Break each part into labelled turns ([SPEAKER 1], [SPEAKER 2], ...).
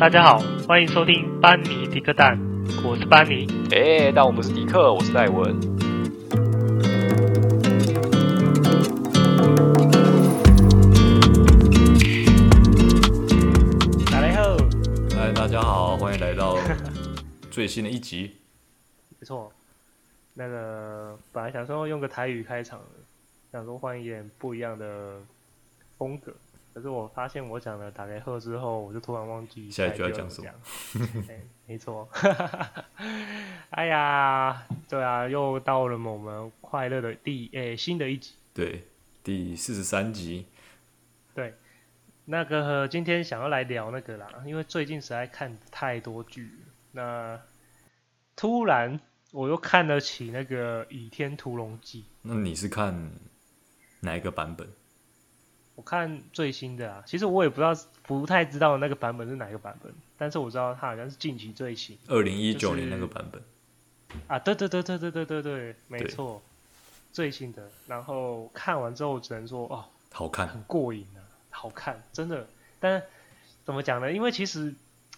[SPEAKER 1] 大家好，欢迎收听班尼迪克蛋，我是班尼。
[SPEAKER 2] 哎，但我不是迪克，我是戴文。
[SPEAKER 1] 打雷后，
[SPEAKER 2] 嗨，哎大家好，欢迎来到 最新的一集。
[SPEAKER 1] 不错。那个本来想说用个台语开场的，想说换一点不一样的风格，可是我发现我讲了打雷后之后，我就突然忘记
[SPEAKER 2] 下一句要
[SPEAKER 1] 讲
[SPEAKER 2] 讲什么。
[SPEAKER 1] 哎没错。 哎呀，对啊，又到了我们快乐的第诶、新的一集。
[SPEAKER 2] 对，第四十三集。
[SPEAKER 1] 那个今天想要来聊那个啦，因为最近实在看太多剧了，那突然我又看得起那个《倚天屠龙记》，
[SPEAKER 2] 那你是看哪一个版本？
[SPEAKER 1] 我看最新的啊，其实我也不知道，不太知道那个版本是哪个版本，但是我知道它好像是近期最新
[SPEAKER 2] 二零一
[SPEAKER 1] 就
[SPEAKER 2] 九
[SPEAKER 1] 是
[SPEAKER 2] 年那个版本。
[SPEAKER 1] 啊，对对对对对对对对，没
[SPEAKER 2] 对
[SPEAKER 1] 错，最新的。然后看完之后只能说哦，
[SPEAKER 2] 好看，
[SPEAKER 1] 很过瘾啊，好看，真的。但怎么讲呢？因为其实，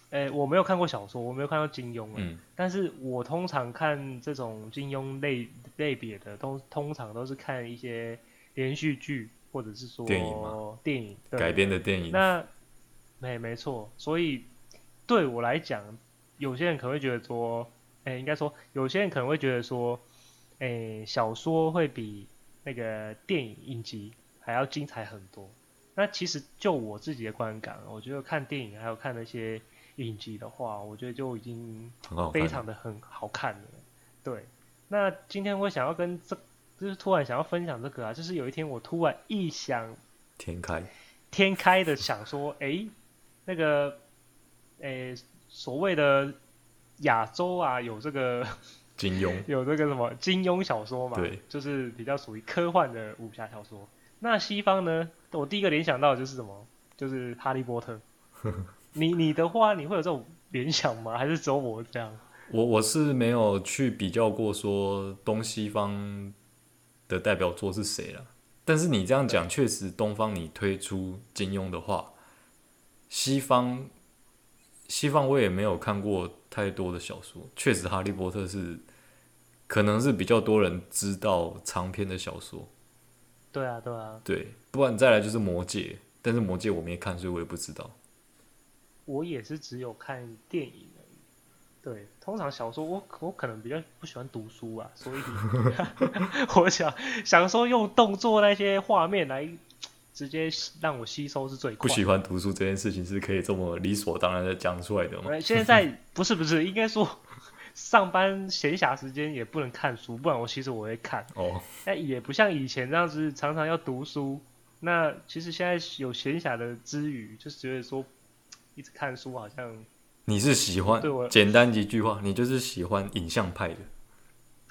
[SPEAKER 1] 诶、我没有看过小说，我没有看到金庸啊。
[SPEAKER 2] 嗯，
[SPEAKER 1] 但是我通常看这种金庸类类别的，都通常都是看一些连续剧，或者是说
[SPEAKER 2] 电影吗
[SPEAKER 1] 电影对
[SPEAKER 2] 改编的电影。
[SPEAKER 1] 那没没错，所以对我来讲，有些人可能会觉得说，哎、应该说有些人可能会觉得说，哎、小说会比那个电影影集还要精彩很多。那其实就我自己的观感，我觉得看电影还有看那些影集的话，我觉得就已经
[SPEAKER 2] 很好看。
[SPEAKER 1] 非常的很好看的。对，那今天我想要跟这，就是突然想要分享这个啊，就是有一天我突然一想
[SPEAKER 2] 天开。
[SPEAKER 1] 天开的想说，诶，那个，诶，所谓的亚洲啊，有这个
[SPEAKER 2] 金庸
[SPEAKER 1] 有这个什么金庸小说嘛，
[SPEAKER 2] 对，
[SPEAKER 1] 就是比较属于科幻的武侠小说。那西方呢，我第一个联想到的就是什么，就是哈利波 特。你你的话，你会有这种联想吗？还是只有我这样？
[SPEAKER 2] 我我是没有去比较过说东西方的代表作是谁了，但是你这样讲，确实东方你推出金庸的话，西方西方我也没有看过太多的小说，确实《哈利波特》是可能是比较多人知道长篇的小说，
[SPEAKER 1] 对啊，对啊，
[SPEAKER 2] 对，不然再来就是《魔戒》，但是《魔戒》我没看，所以我也不知道。
[SPEAKER 1] 我也是只有看电影而已。对，通常小说我我可能比较不喜欢读书啊，所 以我想想说用动作那些画面来直接让我吸收是最
[SPEAKER 2] 不
[SPEAKER 1] 快。
[SPEAKER 2] 喜欢读书这件事情是可以这么理所当然的讲出来的吗？
[SPEAKER 1] 呃现在 不是不是，应该说上班闲暇时间也不能看书，不然我其实我会看。
[SPEAKER 2] 哦，
[SPEAKER 1] 那也不像以前这样子，常常要读书。那其实现在有闲暇的之余，就是觉得说一直看书好像
[SPEAKER 2] 你是喜欢
[SPEAKER 1] 对我
[SPEAKER 2] 简单几句话，你就是喜欢影像派的，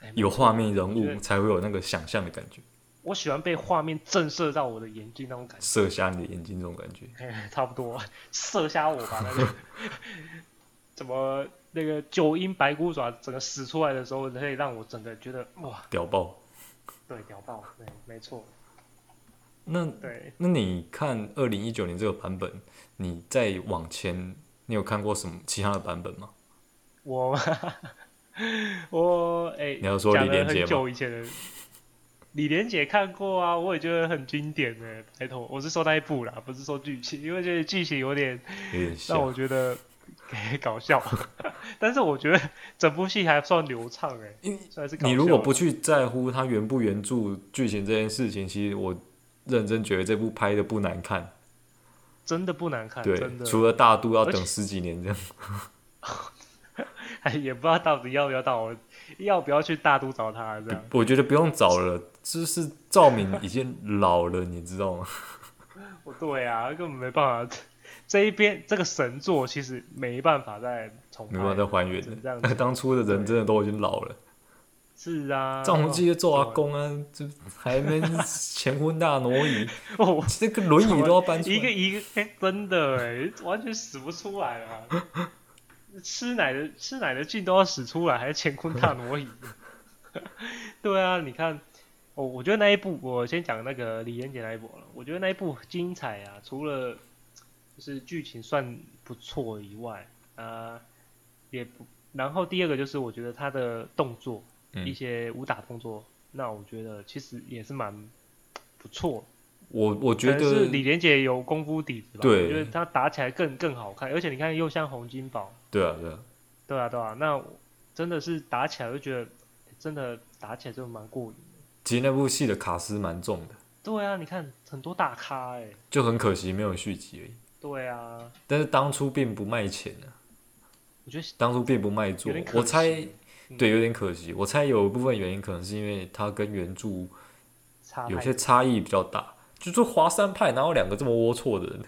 [SPEAKER 1] 哎
[SPEAKER 2] 有画面人
[SPEAKER 1] 我觉
[SPEAKER 2] 物
[SPEAKER 1] 得
[SPEAKER 2] 才会有那个想象的感觉，
[SPEAKER 1] 我喜欢被画面震慑到我的眼睛那种感觉，
[SPEAKER 2] 射瞎你的眼睛这种感觉。
[SPEAKER 1] 哎差不多射瞎我吧那个， 怎么那个九阴白骨爪整个使出来的时候，可以让我整个觉得哇，
[SPEAKER 2] 屌爆！
[SPEAKER 1] 对，屌爆，对，没错，
[SPEAKER 2] 那
[SPEAKER 1] 对，
[SPEAKER 2] 那你看二零一九年这个版本，你再往前，你有看过什么其他的版本吗？
[SPEAKER 1] 我 我哎，
[SPEAKER 2] 你要说
[SPEAKER 1] 讲
[SPEAKER 2] 李
[SPEAKER 1] 了
[SPEAKER 2] 连杰
[SPEAKER 1] 很
[SPEAKER 2] 吗？
[SPEAKER 1] 久以前的。李连杰看过啊，我也觉得很经典的抬头，我是说那一部啦，不是说剧情，因为这个剧情有点
[SPEAKER 2] 有点
[SPEAKER 1] 让我
[SPEAKER 2] 像，
[SPEAKER 1] 觉得 搞笑， 但是我觉得整部戏还算流畅哎、
[SPEAKER 2] 因
[SPEAKER 1] 算是搞笑
[SPEAKER 2] 你如果不去在乎它原不原著剧情这件事情，其实我认真觉得这部拍的不难看。
[SPEAKER 1] 真的不难看，
[SPEAKER 2] 对
[SPEAKER 1] 哎真，的
[SPEAKER 2] 除了大都要
[SPEAKER 1] 而且
[SPEAKER 2] 等十几年这样。
[SPEAKER 1] 哎也不知道到底要不要到我要不要去大都找他这样。
[SPEAKER 2] 我觉得不用找了，就是赵敏已经老了，你知道吗？
[SPEAKER 1] 我对啊，根本没办法，这一边这个神作其实没办法再重拍，
[SPEAKER 2] 没办法再还原
[SPEAKER 1] 只能
[SPEAKER 2] 了。
[SPEAKER 1] 哎这样
[SPEAKER 2] 那
[SPEAKER 1] 子。
[SPEAKER 2] 当初的人真的都已经老了，
[SPEAKER 1] 是啊，
[SPEAKER 2] 张宏基就做阿
[SPEAKER 1] 对
[SPEAKER 2] 公啊，就还没前婚大挪移，
[SPEAKER 1] 哦，
[SPEAKER 2] 这个轮椅都要搬出
[SPEAKER 1] 一个
[SPEAKER 2] 来。
[SPEAKER 1] 一个，哎、真的哎，完全使不出来啊！吃奶的吃奶的劲都要使出来，还乾坤大挪移。 对啊，你看，哦，我觉得那一部，我先讲那个李连杰那一部好了。我觉得那一部精彩啊，除了就是剧情算不错以外，呃，也不，然后第二个就是我觉得他的动作，一
[SPEAKER 2] 嗯，
[SPEAKER 1] 些武打动作，那我觉得其实也是蛮不错。
[SPEAKER 2] 我我觉
[SPEAKER 1] 可能是
[SPEAKER 2] 得
[SPEAKER 1] 李连杰有功夫底子吧，
[SPEAKER 2] 对
[SPEAKER 1] 我觉得他打起来更更好看，而且你看又像洪金宝，
[SPEAKER 2] 对啊对啊，
[SPEAKER 1] 对啊对啊，那我真的是打起来就觉得欸真的打起来就蛮过瘾的。
[SPEAKER 2] 其实那部戏的卡斯蛮重的，
[SPEAKER 1] 对啊，你看很多大咖哎、
[SPEAKER 2] 就很可惜没有续集而已。
[SPEAKER 1] 对啊，
[SPEAKER 2] 但是当初并不卖钱啊，
[SPEAKER 1] 我觉得
[SPEAKER 2] 当初并不卖
[SPEAKER 1] 有
[SPEAKER 2] 座
[SPEAKER 1] 点可，惜
[SPEAKER 2] 我猜
[SPEAKER 1] 嗯
[SPEAKER 2] 对有点可惜。我猜有一部分原因可能是因为它跟原著
[SPEAKER 1] 差
[SPEAKER 2] 有
[SPEAKER 1] 太
[SPEAKER 2] 些
[SPEAKER 1] 多
[SPEAKER 2] 差异比较大，就说华山派哪有两个这么龌龊的人？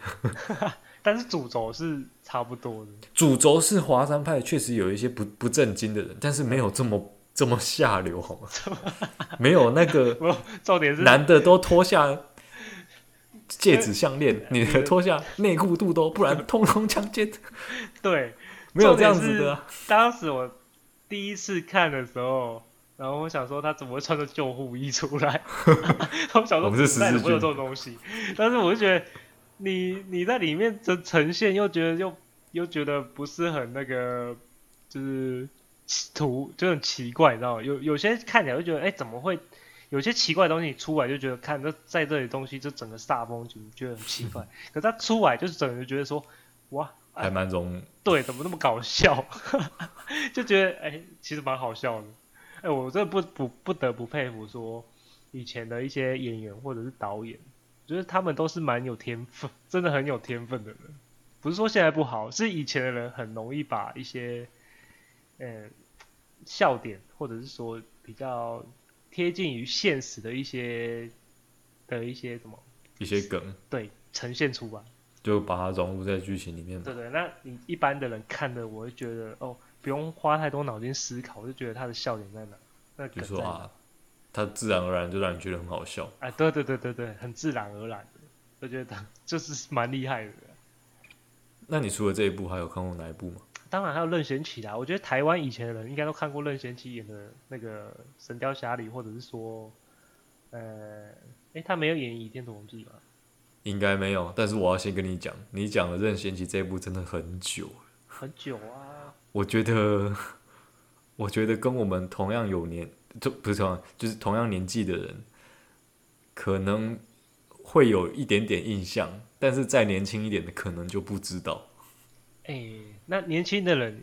[SPEAKER 1] 但是主轴是差不多的。
[SPEAKER 2] 主轴是华山派，确实有一些不不正经的人，但是没有这么这么下流，好 吗？没有那个
[SPEAKER 1] 重点是
[SPEAKER 2] 男的都脱下戒指项链，女的脱下内裤肚兜，不然通通强 奸，
[SPEAKER 1] 对，
[SPEAKER 2] 没有这样子的啊、
[SPEAKER 1] 当时我第一次看的时候，然后我想说他怎么会穿着救护衣出 来？我想说
[SPEAKER 2] 我们是十
[SPEAKER 1] 古代怎么
[SPEAKER 2] 字军
[SPEAKER 1] 会有这种东西？但是我就觉得你你在里面的呈现，又觉得又又觉得不是很那个，就是图就很奇怪，你知道吗？有有些看起来就觉得，哎、怎么会？有些奇怪的东西出来就觉得看这在这里东西，这整个煞风景觉得很奇怪。可是他出来就是整个就觉得说，哇，
[SPEAKER 2] 还蛮容
[SPEAKER 1] 对，怎么那么搞笑？ 就觉得哎、其实蛮好笑的。哎、我真的不不不得不佩服说以前的一些演员或者是导演，就是他们都是蛮有天分， 真的很有天分的人。不是说现在不好，是以前的人很容易把一些嗯、呃笑点，或者是说比较贴近于现实的一些的一些什么
[SPEAKER 2] 一些梗，
[SPEAKER 1] 对呈现出来。
[SPEAKER 2] 就把它融入在剧情里面嘛。
[SPEAKER 1] 对对，那你一般的人看的，我会觉得哦，不用花太多脑筋思考，我就觉得他的笑点在哪，那
[SPEAKER 2] 就
[SPEAKER 1] 梗在
[SPEAKER 2] 说
[SPEAKER 1] 哪。
[SPEAKER 2] 啊，它自然而然就让你觉得很好笑。
[SPEAKER 1] 哎，对对对对对，很自然而然的，我觉得 就是蛮厉害的。
[SPEAKER 2] 那你除了这一部，还有看过哪一部吗？
[SPEAKER 1] 当然还有任贤齐啦，我觉得台湾以前的人应该都看过任贤齐演的那个《神雕侠侣》，或者是说，呃，哎，他没有演《倚天屠龙记》吧？
[SPEAKER 2] 应该没有，但是我要先跟你讲，你讲的《任贤齐》这一部真的很久，
[SPEAKER 1] 很久啊，
[SPEAKER 2] 我觉得，我觉得跟我们同样有年，就不是同样，就是同样年纪的人，可能会有一点点印象，但是再年轻一点的可能就不知道。
[SPEAKER 1] 哎，那年轻的人，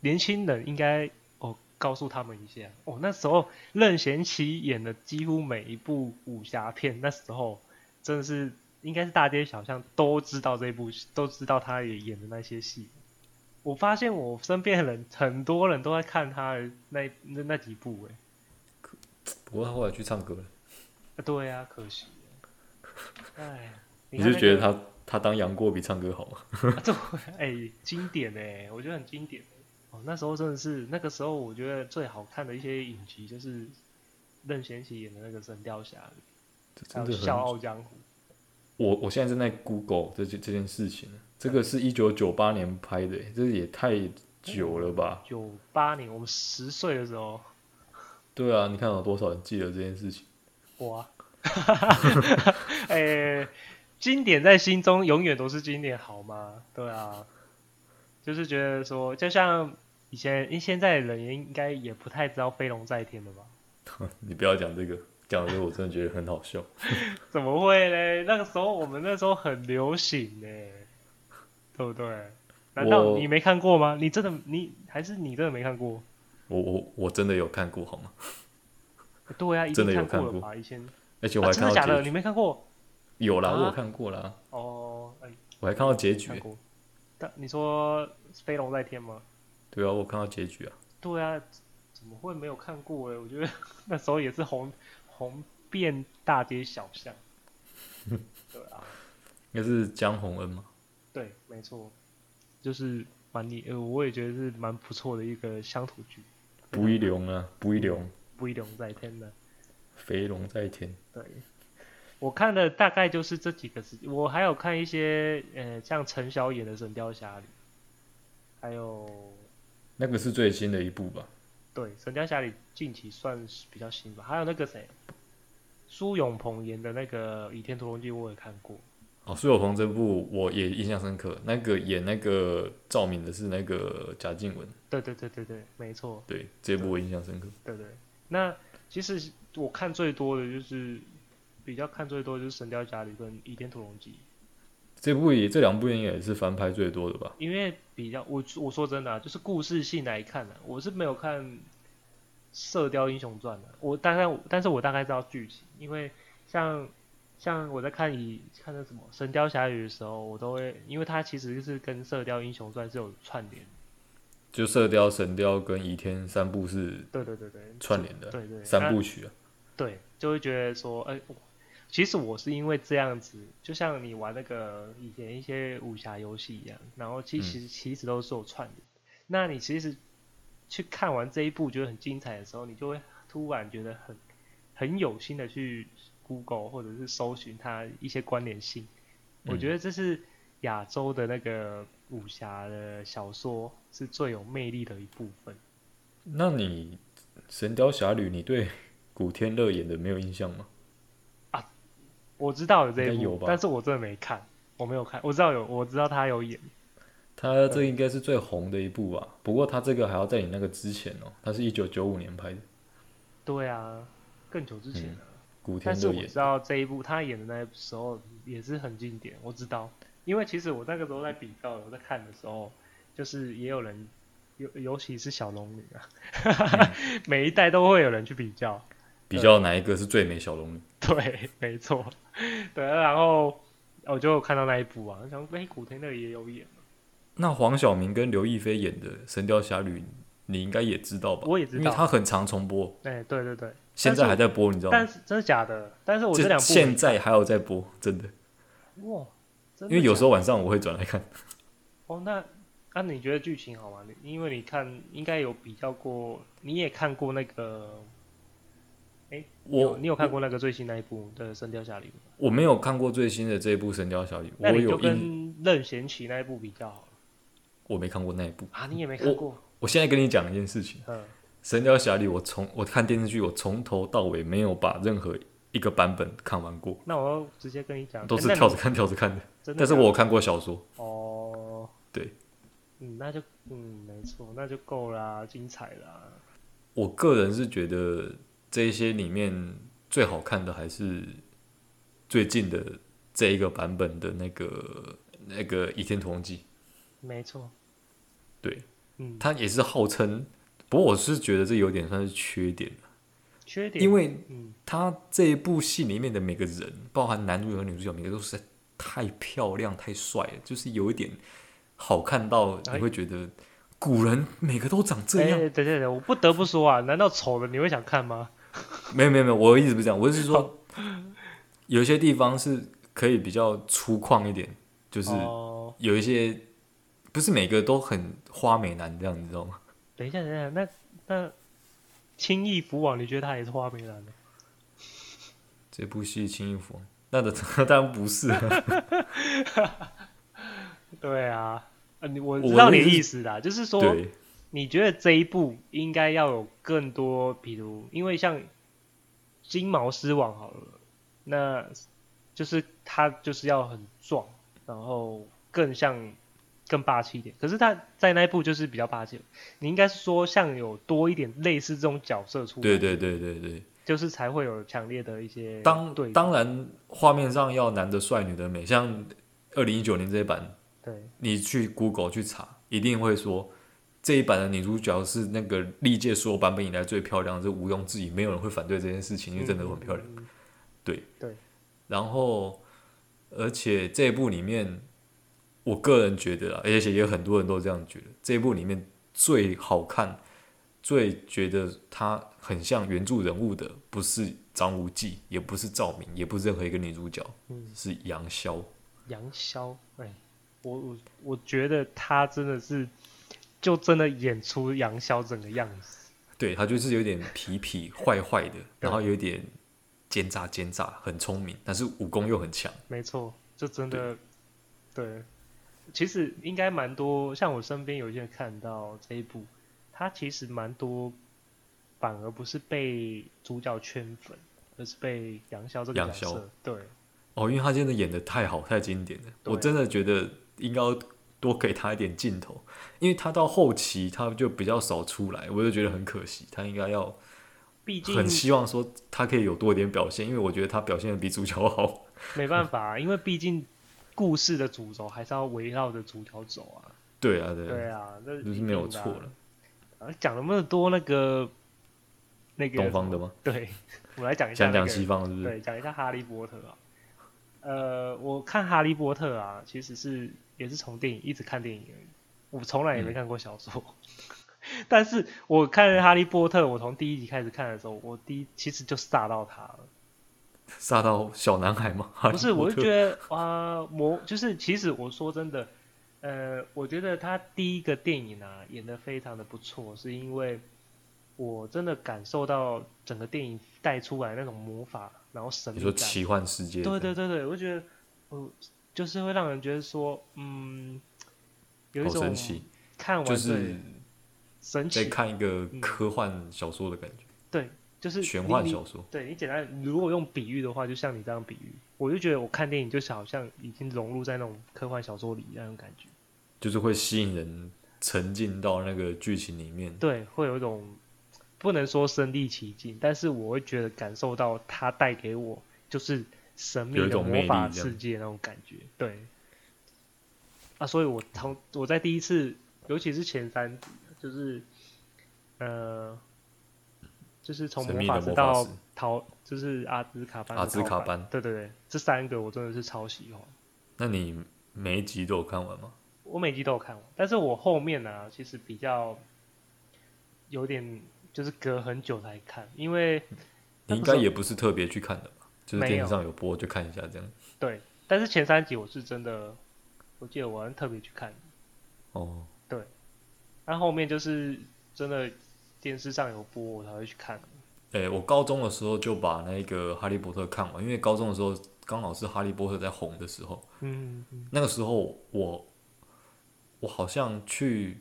[SPEAKER 1] 年轻人应该哦，告诉他们一下哦，那时候任贤齐演的几乎每一部武侠片，那时候真的是应该是大街小巷都知道这一部，都知道他也演的那些戏。我发现我身边的人，很多人都在看他的那那那几部、哎、
[SPEAKER 2] 不过他后来去唱歌了，
[SPEAKER 1] 啊对啊，可惜了，哎，
[SPEAKER 2] 你
[SPEAKER 1] 看
[SPEAKER 2] 是
[SPEAKER 1] 那个
[SPEAKER 2] 觉得他他当杨过比唱歌好吗？
[SPEAKER 1] 哎、经典哎、我觉得很经典、哦，那时候真的是，那个时候我觉得最好看的一些影集就是任贤齐演的那个《神雕侠侣》，
[SPEAKER 2] 这
[SPEAKER 1] 还
[SPEAKER 2] 真
[SPEAKER 1] 有《
[SPEAKER 2] 的
[SPEAKER 1] 笑
[SPEAKER 2] 很，
[SPEAKER 1] 傲江湖
[SPEAKER 2] 我我现在正在 Google 这件这件事情，这个是一九九八年拍的，这也太久了吧？》。
[SPEAKER 1] 九八年我们十岁的时候，
[SPEAKER 2] 对啊，你看有多少人记得这件事情？
[SPEAKER 1] 哇，哎、经典在心中永远都是经典，好吗？对啊，就是觉得说，就像以前，因为现在的人应该也不太知道飞龙在天了吧。
[SPEAKER 2] 你不要讲这个，讲这个我真的觉得很好笑。
[SPEAKER 1] 怎么会嘞？那个时候我们那时候很流行呢，对不对？难道
[SPEAKER 2] 我
[SPEAKER 1] 你没看过吗？你真的你还是你真的没看过？
[SPEAKER 2] 我我我真的有看过好吗？
[SPEAKER 1] 对啊，一
[SPEAKER 2] 真
[SPEAKER 1] 定
[SPEAKER 2] 的有
[SPEAKER 1] 看过
[SPEAKER 2] 看
[SPEAKER 1] 了
[SPEAKER 2] 过
[SPEAKER 1] 吧？以前
[SPEAKER 2] 而且我
[SPEAKER 1] 啊
[SPEAKER 2] 还
[SPEAKER 1] 真
[SPEAKER 2] 看
[SPEAKER 1] 的假的？
[SPEAKER 2] 到结
[SPEAKER 1] 你
[SPEAKER 2] 局，
[SPEAKER 1] 没看过？
[SPEAKER 2] 有啦，
[SPEAKER 1] 啊
[SPEAKER 2] 我有看过啦，
[SPEAKER 1] 哦，哎，
[SPEAKER 2] 我还看到结局欸
[SPEAKER 1] 看，过。但你说飞龙在天吗？
[SPEAKER 2] 对啊，我有看到结局啊，
[SPEAKER 1] 对啊，怎么会没有看过哎？我觉得 那时候也是红红遍大街小巷。 对啊。
[SPEAKER 2] 应该是江宏恩嘛，
[SPEAKER 1] 对，没错，就是蛮厉，呃，我也觉得是蛮不错的一个乡土剧，
[SPEAKER 2] 不一龙啊，不一龙，
[SPEAKER 1] 不一龙在天的。
[SPEAKER 2] 飞龙在天，
[SPEAKER 1] 对，我看的大概就是这几个时，我还有看一些，呃，像陈晓演的《神雕侠侣》，还有
[SPEAKER 2] 那个是最新的一部吧？
[SPEAKER 1] 对《神雕侠侣》近期算是比较新吧，还有那个谁，苏永鹏演的那个《倚天屠龙记》，我也看过。
[SPEAKER 2] 哦，《苏有朋》这部我也印象深刻，那个演那个赵敏的是那个贾静雯，
[SPEAKER 1] 对对对对对，没错，
[SPEAKER 2] 对，这部我印象深刻。
[SPEAKER 1] 对对。那其实我看最多的就是比较看最多就是《神雕侠侣》跟《倚天屠龙记》，
[SPEAKER 2] 这部也这两部应该也是翻拍最多的吧？
[SPEAKER 1] 因为比较我我说真的、啊，就是故事性来看呢、我是没有看《射雕英雄传》的，我大概但是我大概知道剧情，因为像像我在看以看那什么《神雕侠侣》的时候，我都会，因为它其实是跟《射雕英雄传》是有串联的，
[SPEAKER 2] 就《射雕》《神雕》跟《倚天》三部是
[SPEAKER 1] 对对对对，
[SPEAKER 2] 串联的
[SPEAKER 1] 对对
[SPEAKER 2] 三
[SPEAKER 1] 那
[SPEAKER 2] 部曲啊。
[SPEAKER 1] 对，就会觉得说，哎、我其实我是因为这样子，就像你玩那个以前一些武侠游戏一样，然后其
[SPEAKER 2] 嗯
[SPEAKER 1] 实、其实都是有串的。那你其实去看完这一部觉得很精彩的时候，你就会突然觉得很很有心的去 Google 或者是搜寻它一些关联性。我
[SPEAKER 2] 嗯
[SPEAKER 1] 觉得这是亚洲的那个武侠的小说是最有魅力的一部分。
[SPEAKER 2] 那你《神雕侠侣》，你对古天乐演的没有印象吗？
[SPEAKER 1] 我知道有这
[SPEAKER 2] 应
[SPEAKER 1] 一
[SPEAKER 2] 该有
[SPEAKER 1] 部
[SPEAKER 2] 吧，
[SPEAKER 1] 但是我真的没看，我没有看，我知道有，我知道他有演，
[SPEAKER 2] 他这应该是最红的一部吧，不过他这个还要在你那个之前哦，他是一九九五年拍的，
[SPEAKER 1] 对啊，更久之前了、
[SPEAKER 2] 古
[SPEAKER 1] 但
[SPEAKER 2] 嗯天
[SPEAKER 1] 是
[SPEAKER 2] 乐
[SPEAKER 1] 我
[SPEAKER 2] 演
[SPEAKER 1] 知。道这一部他演的那时候也是很经典，我知道，因为其实我那个时候在比较，我在看的时候，就是也有人，尤尤其是小龙女啊，
[SPEAKER 2] 嗯
[SPEAKER 1] 每一代都会有人去比较，
[SPEAKER 2] 比较哪一个是最美小龙女？
[SPEAKER 1] 对，没错，对，然后我就有看到那一部啊，我想哎、诶古天乐也有演，
[SPEAKER 2] 那黄晓明跟刘亦菲演的《神雕侠侣》，你应该也知道吧？
[SPEAKER 1] 我也知道
[SPEAKER 2] 因为他很常重播，
[SPEAKER 1] 哎、对对对，
[SPEAKER 2] 现在还在播，你知道
[SPEAKER 1] 但
[SPEAKER 2] 吗？
[SPEAKER 1] 是真的假的？但是我这
[SPEAKER 2] 这
[SPEAKER 1] 两部
[SPEAKER 2] 现在还有在播，真的，
[SPEAKER 1] 哇，真
[SPEAKER 2] 因
[SPEAKER 1] 的
[SPEAKER 2] 为有
[SPEAKER 1] 假
[SPEAKER 2] 时候晚上我会转来看。
[SPEAKER 1] 哦，那那、你觉得剧情好吗？你因为你看应该有比较过，你也看过那个，你有
[SPEAKER 2] 我
[SPEAKER 1] 你有看过那个最新那一部的《神雕侠侣》吗？
[SPEAKER 2] 我没有看过最新的这一部《神雕侠侣》，
[SPEAKER 1] 那
[SPEAKER 2] 我
[SPEAKER 1] 你就
[SPEAKER 2] 有印
[SPEAKER 1] 跟任贤齐那一部比较好了
[SPEAKER 2] 我没看过那一部。
[SPEAKER 1] 啊，你也没看过，
[SPEAKER 2] 我现在跟你讲一件事情，
[SPEAKER 1] 嗯，
[SPEAKER 2] 《神雕侠侣》，我从我看电视剧，我从头到尾没有把任何一个版本看完过，
[SPEAKER 1] 那我要直接跟你讲，
[SPEAKER 2] 都是
[SPEAKER 1] 哎那你
[SPEAKER 2] 跳着看跳着看的。
[SPEAKER 1] 真的
[SPEAKER 2] 但是
[SPEAKER 1] 假的
[SPEAKER 2] 我有看过小说，
[SPEAKER 1] 哦，
[SPEAKER 2] 对，
[SPEAKER 1] 嗯，那就嗯没错，那就够啦，精彩啦，
[SPEAKER 2] 我个人是觉得这一些里面最好看的还是最近的这一个版本的那个那个《倚天屠龙记》，
[SPEAKER 1] 没错，
[SPEAKER 2] 对，
[SPEAKER 1] 嗯，
[SPEAKER 2] 它也是号称，不过我是觉得这有点算是缺点，
[SPEAKER 1] 缺点
[SPEAKER 2] 因为
[SPEAKER 1] 嗯
[SPEAKER 2] 他这一部戏里面的每个人，包含男主角和女主角，每个都实在太漂亮、太帅了，就是有一点好看到
[SPEAKER 1] 哎
[SPEAKER 2] 你会觉得古人每个都长这样。
[SPEAKER 1] 哎等等等，我不得不说啊，难道丑的你会想看吗？
[SPEAKER 2] 没有没有没有，我的意思不是这样，我是说 有一些地方是可以比较粗犷一点，就是
[SPEAKER 1] 哦
[SPEAKER 2] 有一些不是每个都很花美男这样，你知道吗？
[SPEAKER 1] 等一下，等一下，那那轻易福网，你觉得他也是花美男吗？
[SPEAKER 2] 这部戏《轻易服》，那的当然不是、啊，
[SPEAKER 1] 对啊，呃，你我
[SPEAKER 2] 我
[SPEAKER 1] 知道你
[SPEAKER 2] 的
[SPEAKER 1] 的
[SPEAKER 2] 意思
[SPEAKER 1] 意思啦，就是说，
[SPEAKER 2] 对，
[SPEAKER 1] 你觉得这一部应该要有更多，比如因为像金毛狮王好了，那就是他就是要很壮，然后更像更霸气一点。可是他在那一部就是比较霸气，你应该是说像有多一点类似这种角色出来，
[SPEAKER 2] 对对对对对。
[SPEAKER 1] 就是才会有强烈的一些
[SPEAKER 2] 当
[SPEAKER 1] 对比
[SPEAKER 2] 当然，画面上要男的帅，女的美。像二零一九年这一版，
[SPEAKER 1] 对。
[SPEAKER 2] 你去 Google 去查，一定会说这一版的女主角是那个历届所有版本以来最漂亮，这毋庸置疑，没有人会反对这件事情，因为真的很漂亮。
[SPEAKER 1] 嗯。嗯嗯
[SPEAKER 2] 然后，而且这一部里面，我个人觉得啦，而且也有很多人都这样觉得，这一部里面最好看、最觉得她很像原著人物的，不是张无忌，也不是赵敏，也不是任何一个女主角，
[SPEAKER 1] 嗯
[SPEAKER 2] 是杨逍。
[SPEAKER 1] 杨逍，哎、我我我觉得他真的是，就真的演出杨逍整个样子。
[SPEAKER 2] 对，她就是有点痞痞、坏坏的，然后有点奸诈、奸诈，很聪明，但是武功又很强。
[SPEAKER 1] 没错，就真的，对，其实应该蛮多，像我身边有一些人看到这一部，他其实蛮多，反而不是被主角圈粉，而是被杨逍这个
[SPEAKER 2] 杨
[SPEAKER 1] 角
[SPEAKER 2] 逍
[SPEAKER 1] 色，对，
[SPEAKER 2] 哦，因为他真的演的太好，太经典了，
[SPEAKER 1] 对
[SPEAKER 2] 我真的觉得应该要多给他一点镜头，因为他到后期他就比较少出来，我就觉得很可惜，他应该要
[SPEAKER 1] 毕竟
[SPEAKER 2] 很希望说他可以有多一点表现，因为我觉得他表现的比主角好。
[SPEAKER 1] 没办法、啊因为毕竟故事的主轴还是要围绕着主角走啊。
[SPEAKER 2] 对啊，对啊，
[SPEAKER 1] 对啊，这
[SPEAKER 2] 就是没有错了。
[SPEAKER 1] 啊。讲那么多那个那个
[SPEAKER 2] 东方的吗？
[SPEAKER 1] 对，我来讲一下、
[SPEAKER 2] 想
[SPEAKER 1] 那
[SPEAKER 2] 讲
[SPEAKER 1] 个。
[SPEAKER 2] 西方是不是？
[SPEAKER 1] 对，讲一下哈利波特啊。呃，我看哈利波特啊，其实是也是从电影一直看电影而已，我从来也没
[SPEAKER 2] 嗯
[SPEAKER 1] 看过小说。 但是我看哈利波特，我从第一集开始看的时候，我第一其实就煞到他了。
[SPEAKER 2] 杀到小男孩吗？
[SPEAKER 1] 不是，我就觉
[SPEAKER 2] 得
[SPEAKER 1] 得啊，魔就是其实我说真的，呃，我觉得他第一个电影啊演的非常的不错，是因为我真的感受到整个电影带出来那种魔法，然后神
[SPEAKER 2] 你
[SPEAKER 1] 秘
[SPEAKER 2] 说
[SPEAKER 1] 感。
[SPEAKER 2] 奇幻世界，
[SPEAKER 1] 对对对对，我觉得，呃，就是会让人觉得说，嗯，有一
[SPEAKER 2] 好
[SPEAKER 1] 种
[SPEAKER 2] 神奇，
[SPEAKER 1] 看完
[SPEAKER 2] 就是
[SPEAKER 1] 对神
[SPEAKER 2] 在
[SPEAKER 1] 奇，
[SPEAKER 2] 看一个
[SPEAKER 1] 嗯
[SPEAKER 2] 科幻小说的感觉，
[SPEAKER 1] 对，就是
[SPEAKER 2] 玄
[SPEAKER 1] 你
[SPEAKER 2] 幻
[SPEAKER 1] 你
[SPEAKER 2] 小说。
[SPEAKER 1] 对你简单，如果用比喻的话，就像你这样比喻，我就觉得我看电影就是好像已经融入在那种科幻小说里那种感觉，
[SPEAKER 2] 就是会吸引人沉浸到那个剧情里面。
[SPEAKER 1] 对，会有一种不能说身临其境，但是我会觉得感受到它带给我就是神秘
[SPEAKER 2] 有一
[SPEAKER 1] 的
[SPEAKER 2] 种魅
[SPEAKER 1] 魔
[SPEAKER 2] 力
[SPEAKER 1] 法
[SPEAKER 2] 这样
[SPEAKER 1] 世界那种感觉，对。啊，所以我从我在第一次，尤其是前三集，就是呃，就是从
[SPEAKER 2] 神
[SPEAKER 1] 魔
[SPEAKER 2] 秘
[SPEAKER 1] 法
[SPEAKER 2] 的
[SPEAKER 1] 师
[SPEAKER 2] 魔法
[SPEAKER 1] 到
[SPEAKER 2] 师
[SPEAKER 1] 逃，就是阿兹卡班的
[SPEAKER 2] 阿兹
[SPEAKER 1] 逃
[SPEAKER 2] 卡
[SPEAKER 1] 犯
[SPEAKER 2] 班
[SPEAKER 1] 对对对，这三个我真的是超喜欢，
[SPEAKER 2] 那你每一集都有看完吗？
[SPEAKER 1] 我每集都有看完，但是我后面呢、其实比较有点就是隔很久才看，因为
[SPEAKER 2] 你应该也不是特别去看的吧？就是
[SPEAKER 1] 没
[SPEAKER 2] 电
[SPEAKER 1] 有
[SPEAKER 2] 视上有播就看一下这样。
[SPEAKER 1] 对，但是前三集我是真的，我记得我好像特别去看，
[SPEAKER 2] 哦，
[SPEAKER 1] 但后面就是真的电视上有播我才会去看，
[SPEAKER 2] 诶、我高中的时候就把那个《哈利波特》看完，因为高中的时候刚好是《哈利波特》在红的时候。
[SPEAKER 1] 嗯，
[SPEAKER 2] 那个时候我我好像去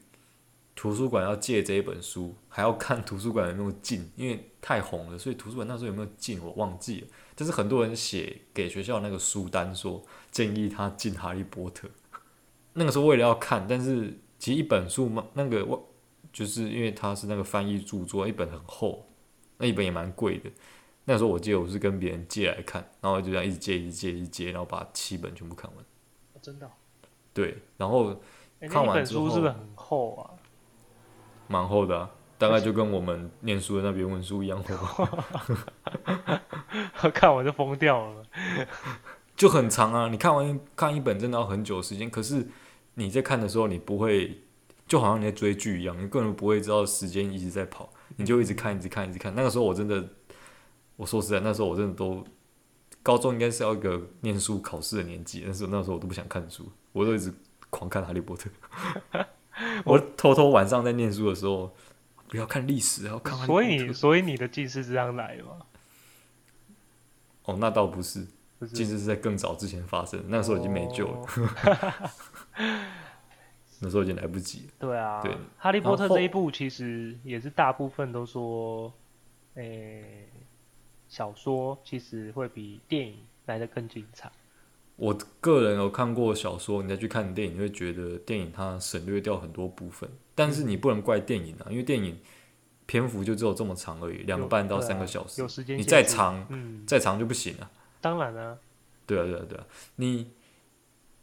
[SPEAKER 2] 图书馆要借这一本书，还要看图书馆有没有进，因为太红了，所以图书馆那时候有没有进我忘记了。但是很多人写给学校那个书单说建议他进《哈利波特》，那个时候为了要看，但是其实一本书嘛，那个我就是因为它是那个翻译著作，一本很厚，那一本也蛮贵的。那时候我记得我是跟别人借来看，然后就这样一直借、一直借、一直借，然后把七本全部看完。
[SPEAKER 1] 哦真的哦、
[SPEAKER 2] 对，然后
[SPEAKER 1] 哎，
[SPEAKER 2] 看
[SPEAKER 1] 那一
[SPEAKER 2] 完
[SPEAKER 1] 本
[SPEAKER 2] 之
[SPEAKER 1] 书是
[SPEAKER 2] 后
[SPEAKER 1] 不是很厚啊？
[SPEAKER 2] 蛮厚的、啊，大概就跟我们念书的那边文书一样厚啊吧，
[SPEAKER 1] 看完就疯掉了，
[SPEAKER 2] 就很长啊。你看完看一本真的要很久的时间，可是你在看的时候，你不会就好像你在追剧一样，你根本不会知道时间一直在跑，你就一直看，一直看，一直看。那个时候我真的，我说实在，那时候我真的都高中应该是要一个念书考试的年纪，但是那时候我都不想看书，我都一直狂看《哈 利波特》。我偷偷晚上在念书的时候，不要看历史，要看哈利
[SPEAKER 1] 所
[SPEAKER 2] 波特。
[SPEAKER 1] 以你所以你的近视这样来的吗？
[SPEAKER 2] 哦，那倒不是，
[SPEAKER 1] 不是
[SPEAKER 2] 近视是在更早之前发生的，那时候已经没救了，
[SPEAKER 1] 哦
[SPEAKER 2] 那时候已经来不及了。
[SPEAKER 1] 对啊，
[SPEAKER 2] 对
[SPEAKER 1] 哈利波特
[SPEAKER 2] 然后
[SPEAKER 1] 这一部其实也是大部分都说，诶、小说其实会比电影来的更精彩。
[SPEAKER 2] 我个人有看过小说，你再去看电影，你会觉得电影它省略掉很多部分，但
[SPEAKER 1] 嗯
[SPEAKER 2] 是你不能怪电影啊，因为电影篇幅就只有这么长而已，两个半到
[SPEAKER 1] 对啊
[SPEAKER 2] 三个小时，
[SPEAKER 1] 有时间
[SPEAKER 2] 你
[SPEAKER 1] 限
[SPEAKER 2] 再
[SPEAKER 1] 制
[SPEAKER 2] 长
[SPEAKER 1] 嗯，
[SPEAKER 2] 再长就不行了、
[SPEAKER 1] 当然啊，
[SPEAKER 2] 对啊，对啊，对啊。你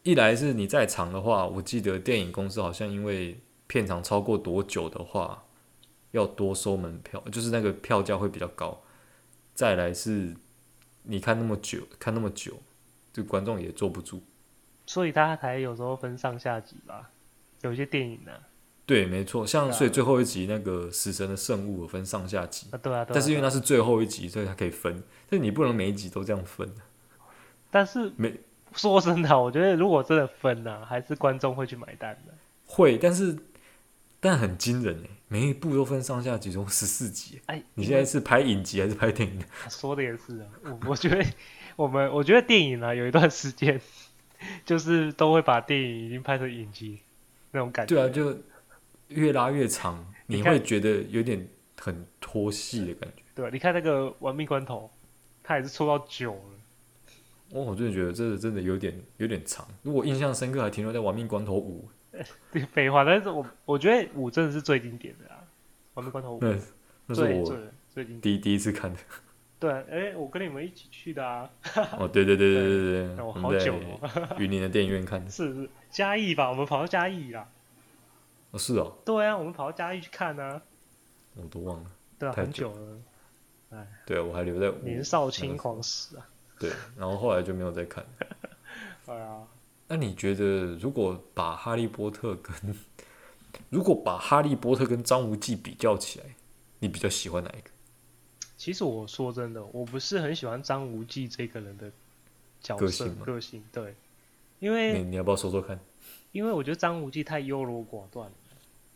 [SPEAKER 2] 一来是你在场的话，我记得电影公司好像因为片场超过多久的话，要多收门票，就是那个票价会比较高。再来是你看那么久，看那么久，这观众也坐不住。
[SPEAKER 1] 所以它才有时候分上下集吧。有一些电影呢、啊，
[SPEAKER 2] 对，没错，像
[SPEAKER 1] 对啊
[SPEAKER 2] 所以最后一集那个《死神的圣物》有分上下集，
[SPEAKER 1] 对啊，对啊。
[SPEAKER 2] 但是因为
[SPEAKER 1] 对啊
[SPEAKER 2] 那是最后一集，所以它可以分。但是你不能每一集都这样分，
[SPEAKER 1] 但是
[SPEAKER 2] 没
[SPEAKER 1] 说真的啊，我觉得如果真的分呢、还是观众会去买单的。
[SPEAKER 2] 会，但是但很惊人哎，每一部都分上下集，总十四集耶。欸
[SPEAKER 1] 哎，
[SPEAKER 2] 你现在是拍影集还是拍电影？
[SPEAKER 1] 说的也是啊，我我觉得我们我觉得电影啊，有一段时间就是都会把电影已经拍成影集那种感觉。
[SPEAKER 2] 对啊，就越拉越长，
[SPEAKER 1] 你
[SPEAKER 2] 你
[SPEAKER 1] 看
[SPEAKER 2] 会觉得有点很拖戏的感觉。
[SPEAKER 1] 对啊，你看那个《玩命关头》，它也是出到九了，
[SPEAKER 2] 哦我我真的觉得这真的有点有点长。如果印象深刻，还停留在《玩命关头五》。
[SPEAKER 1] 对，废话，但是我我觉得五真的是最经典的啊，《亡命关头五》
[SPEAKER 2] 那那是
[SPEAKER 1] 最最
[SPEAKER 2] 我
[SPEAKER 1] 最经典。
[SPEAKER 2] 第第一次看的。
[SPEAKER 1] 对，哎，我跟你们一起去的啊，
[SPEAKER 2] 哦，对对对对对对
[SPEAKER 1] 那
[SPEAKER 2] 对，
[SPEAKER 1] 我
[SPEAKER 2] 我
[SPEAKER 1] 好
[SPEAKER 2] 们
[SPEAKER 1] 久
[SPEAKER 2] 在
[SPEAKER 1] 哦，
[SPEAKER 2] 云林的电影院看的。
[SPEAKER 1] 是是嘉义吧？我们跑到嘉义啦。
[SPEAKER 2] 哦，是哦，
[SPEAKER 1] 对啊，我们跑到嘉义去看啊。
[SPEAKER 2] 我都忘了。
[SPEAKER 1] 对啊，
[SPEAKER 2] 太
[SPEAKER 1] 很
[SPEAKER 2] 久
[SPEAKER 1] 久了，
[SPEAKER 2] 对啊，我还留在五。
[SPEAKER 1] 年少轻狂时啊。
[SPEAKER 2] 对，然后后来就没有再看。
[SPEAKER 1] 对啊，
[SPEAKER 2] 那你觉得，如果把《哈利波特》跟 如果把《哈利波特》跟《张无忌》比较起来，你比较喜欢哪一个
[SPEAKER 1] 其实我说真的，我不是很喜欢张无忌这个人的角
[SPEAKER 2] 个
[SPEAKER 1] 色
[SPEAKER 2] 性吗
[SPEAKER 1] 个性，对，因？为
[SPEAKER 2] 你你要不要说说看？
[SPEAKER 1] 因为我觉得张无忌太优柔寡断了。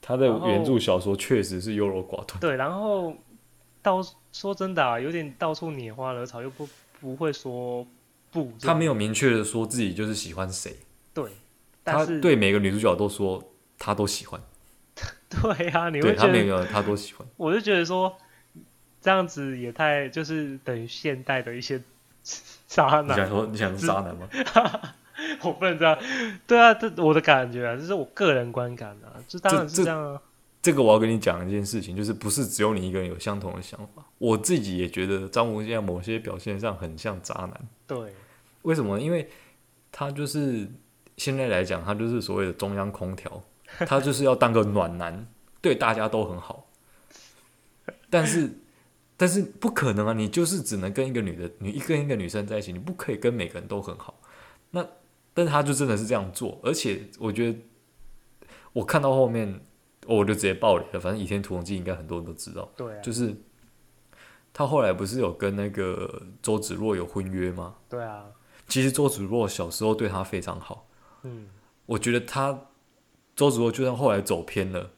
[SPEAKER 2] 他的
[SPEAKER 1] 然后
[SPEAKER 2] 原著小说确实是优柔寡断，
[SPEAKER 1] 对，然后到说真的啊，有点到处拈花惹草，又不不会说不这种。
[SPEAKER 2] 他没有明确的说自己就是喜欢谁，
[SPEAKER 1] 对，
[SPEAKER 2] 他
[SPEAKER 1] 但是
[SPEAKER 2] 对每个女主角都说他都喜欢，
[SPEAKER 1] 对啊，你
[SPEAKER 2] 对
[SPEAKER 1] 会觉
[SPEAKER 2] 他
[SPEAKER 1] 得
[SPEAKER 2] 每个他 都喜欢。
[SPEAKER 1] 我就觉得说，这样子也太就是等于现代的一些 渣
[SPEAKER 2] 你想
[SPEAKER 1] 男，
[SPEAKER 2] 说你想是渣男吗？
[SPEAKER 1] 我不能这样。对啊，这我的感觉啊，这是我个人观感啊，这当然是
[SPEAKER 2] 这
[SPEAKER 1] 这样啊。
[SPEAKER 2] 这个我要跟你讲一件事情，就是不是只有你一个人有相同的想法，我自己也觉得张无忌在某些表现上很像渣男。
[SPEAKER 1] 对，
[SPEAKER 2] 为什么？因为他就是现在来讲，他就是所谓的中央空调，他就是要当个暖男，对大家都很好。但是，但是不可能啊！你就是只能跟一个女的，你一跟一个女生在一起，你不可以跟每个人都很好。那，但是他就真的是这样做，而且我觉得，我看到后面，哦我就直接爆雷了。反正《倚天屠龙记》应该很多人都知道，
[SPEAKER 1] 对啊，
[SPEAKER 2] 就是他后来不是有跟那个周芷若有婚约吗？
[SPEAKER 1] 对啊，
[SPEAKER 2] 其实周芷若小时候对他非常好，
[SPEAKER 1] 嗯，
[SPEAKER 2] 我觉得他周芷若就算后来走偏了，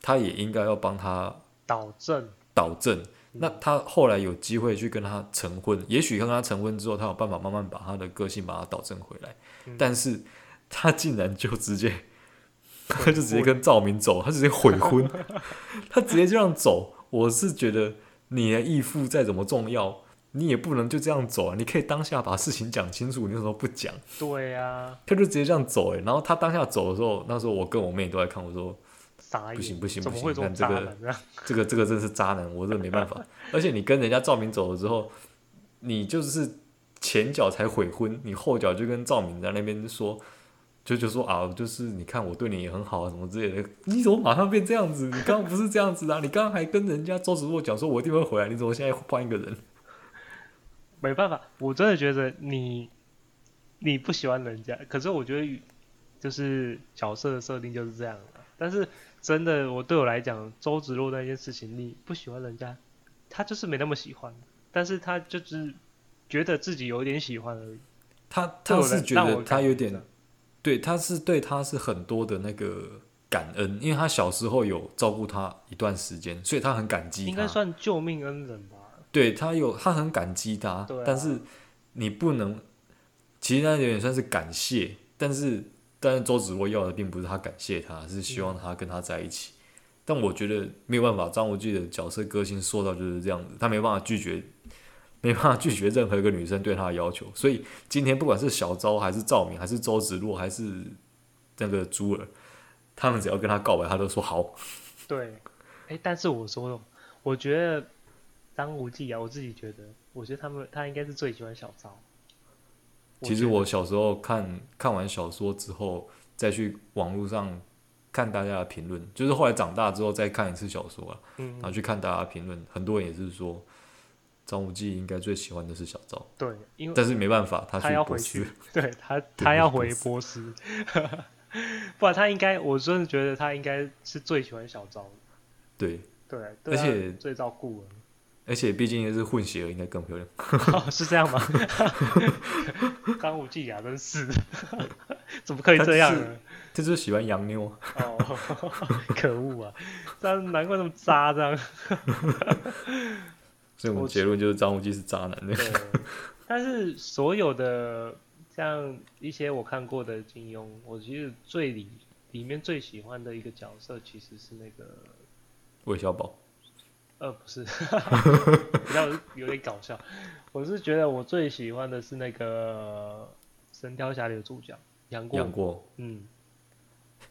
[SPEAKER 2] 他也应该要帮他
[SPEAKER 1] 导正，
[SPEAKER 2] 导正。那他后来有机会去跟他成婚，也许跟他成婚之后，他有办法慢慢把他的个性把他导正回来。
[SPEAKER 1] 嗯
[SPEAKER 2] 但是他竟然就直 接，他就直接跟赵明走，他直接悔婚，他直接这样走。我是觉得你的义父再怎么重要，你也不能就这样走啊！你可以当下把事情讲清楚，你为什么不讲？
[SPEAKER 1] 对啊，
[SPEAKER 2] 他就直接这样走哎、欸，然后他当下走的时候，那时候我跟我妹都在看，我说
[SPEAKER 1] 傻眼，
[SPEAKER 2] 不行不行
[SPEAKER 1] 怎
[SPEAKER 2] 不
[SPEAKER 1] 么
[SPEAKER 2] 行
[SPEAKER 1] 会这种
[SPEAKER 2] 但这
[SPEAKER 1] 渣
[SPEAKER 2] 个
[SPEAKER 1] 男呢？
[SPEAKER 2] 这个这个真是渣男，我真的没办法。而且你跟人家赵明走了之后，你就是前脚才悔婚，你后脚就跟赵明在那边说，就就说啊，就是你看我对你也很好啊，什么之类的，你怎么马上变这样子？你刚刚不是这样子啊？你刚刚还跟人家周芷若讲说我一定会回来，你怎么现在换一个人？
[SPEAKER 1] 没办法，我真的觉得你你不喜欢人家，可是我觉得就是角色的设定就是这样的。但是真的，我对我来讲，周芷若那件事情，你不喜欢人家，他就是没那么喜欢，但是他就是觉得自己有点喜欢而已。
[SPEAKER 2] 他
[SPEAKER 1] 对
[SPEAKER 2] 他
[SPEAKER 1] 我来
[SPEAKER 2] 是觉
[SPEAKER 1] 让我
[SPEAKER 2] 得他
[SPEAKER 1] 感
[SPEAKER 2] 有
[SPEAKER 1] 觉这
[SPEAKER 2] 点
[SPEAKER 1] 样，
[SPEAKER 2] 对，他是对他是很多的那个感恩，因为他小时候有照顾他一段时间，所以他很感激他。
[SPEAKER 1] 应该算救命恩人吧？
[SPEAKER 2] 对他有他很感激他，
[SPEAKER 1] 对啊
[SPEAKER 2] 但是你不能，其实那有点算是感谢，但是但是周芷若要的并不是他感谢他，是希望他跟他在一起。但我觉得没有办法，张无忌的角色个性塑造就是这样子，他没办法拒绝，没办法拒绝任何一个女生对他的要求。所以今天不管是小昭还是赵敏，还是周芷若，还是那个珠儿，他们只要跟他告白，他都说好。
[SPEAKER 1] 对。哎，但是我说了，我觉得张无忌啊，我自己觉得，我觉得他们他应该是最喜欢小昭。
[SPEAKER 2] 其实
[SPEAKER 1] 觉得
[SPEAKER 2] 我小时候看看完小说之后，再去网络上看大家的评论，就是后来长大之后再看一次小说啊，
[SPEAKER 1] 嗯
[SPEAKER 2] 然后去看大家的评论，很多人也是说张无忌应该最喜欢的是小昭，
[SPEAKER 1] 对，因为
[SPEAKER 2] 但是没办法，他
[SPEAKER 1] 他
[SPEAKER 2] 去
[SPEAKER 1] 要
[SPEAKER 2] 波
[SPEAKER 1] 回
[SPEAKER 2] 斯
[SPEAKER 1] 去，对他，他要回波斯， 不然他应该，我真的觉得他应该是最喜欢小昭的，
[SPEAKER 2] 对，
[SPEAKER 1] 对，对他
[SPEAKER 2] 而且
[SPEAKER 1] 最照顾人，
[SPEAKER 2] 而且毕竟是混血儿，应该更漂亮。
[SPEAKER 1] 哦是这样吗？ 张无忌啊，真是 的，怎么可以这样呢？
[SPEAKER 2] 这就是喜欢洋妞啊，
[SPEAKER 1] 哦， 可恶啊！ 这样难怪那么渣，这样。
[SPEAKER 2] 所以我
[SPEAKER 1] 我
[SPEAKER 2] 们结论就是张无忌是渣男的。
[SPEAKER 1] 对，但是所有的像一些我看过的金庸，我其实最里里面最喜欢的一个角色其实是那个
[SPEAKER 2] 韦小宝，
[SPEAKER 1] 呃，不是， 比较有点搞笑。我是觉得我最喜欢的是那个《神雕侠侣》的主角杨过，
[SPEAKER 2] 杨过，
[SPEAKER 1] 嗯，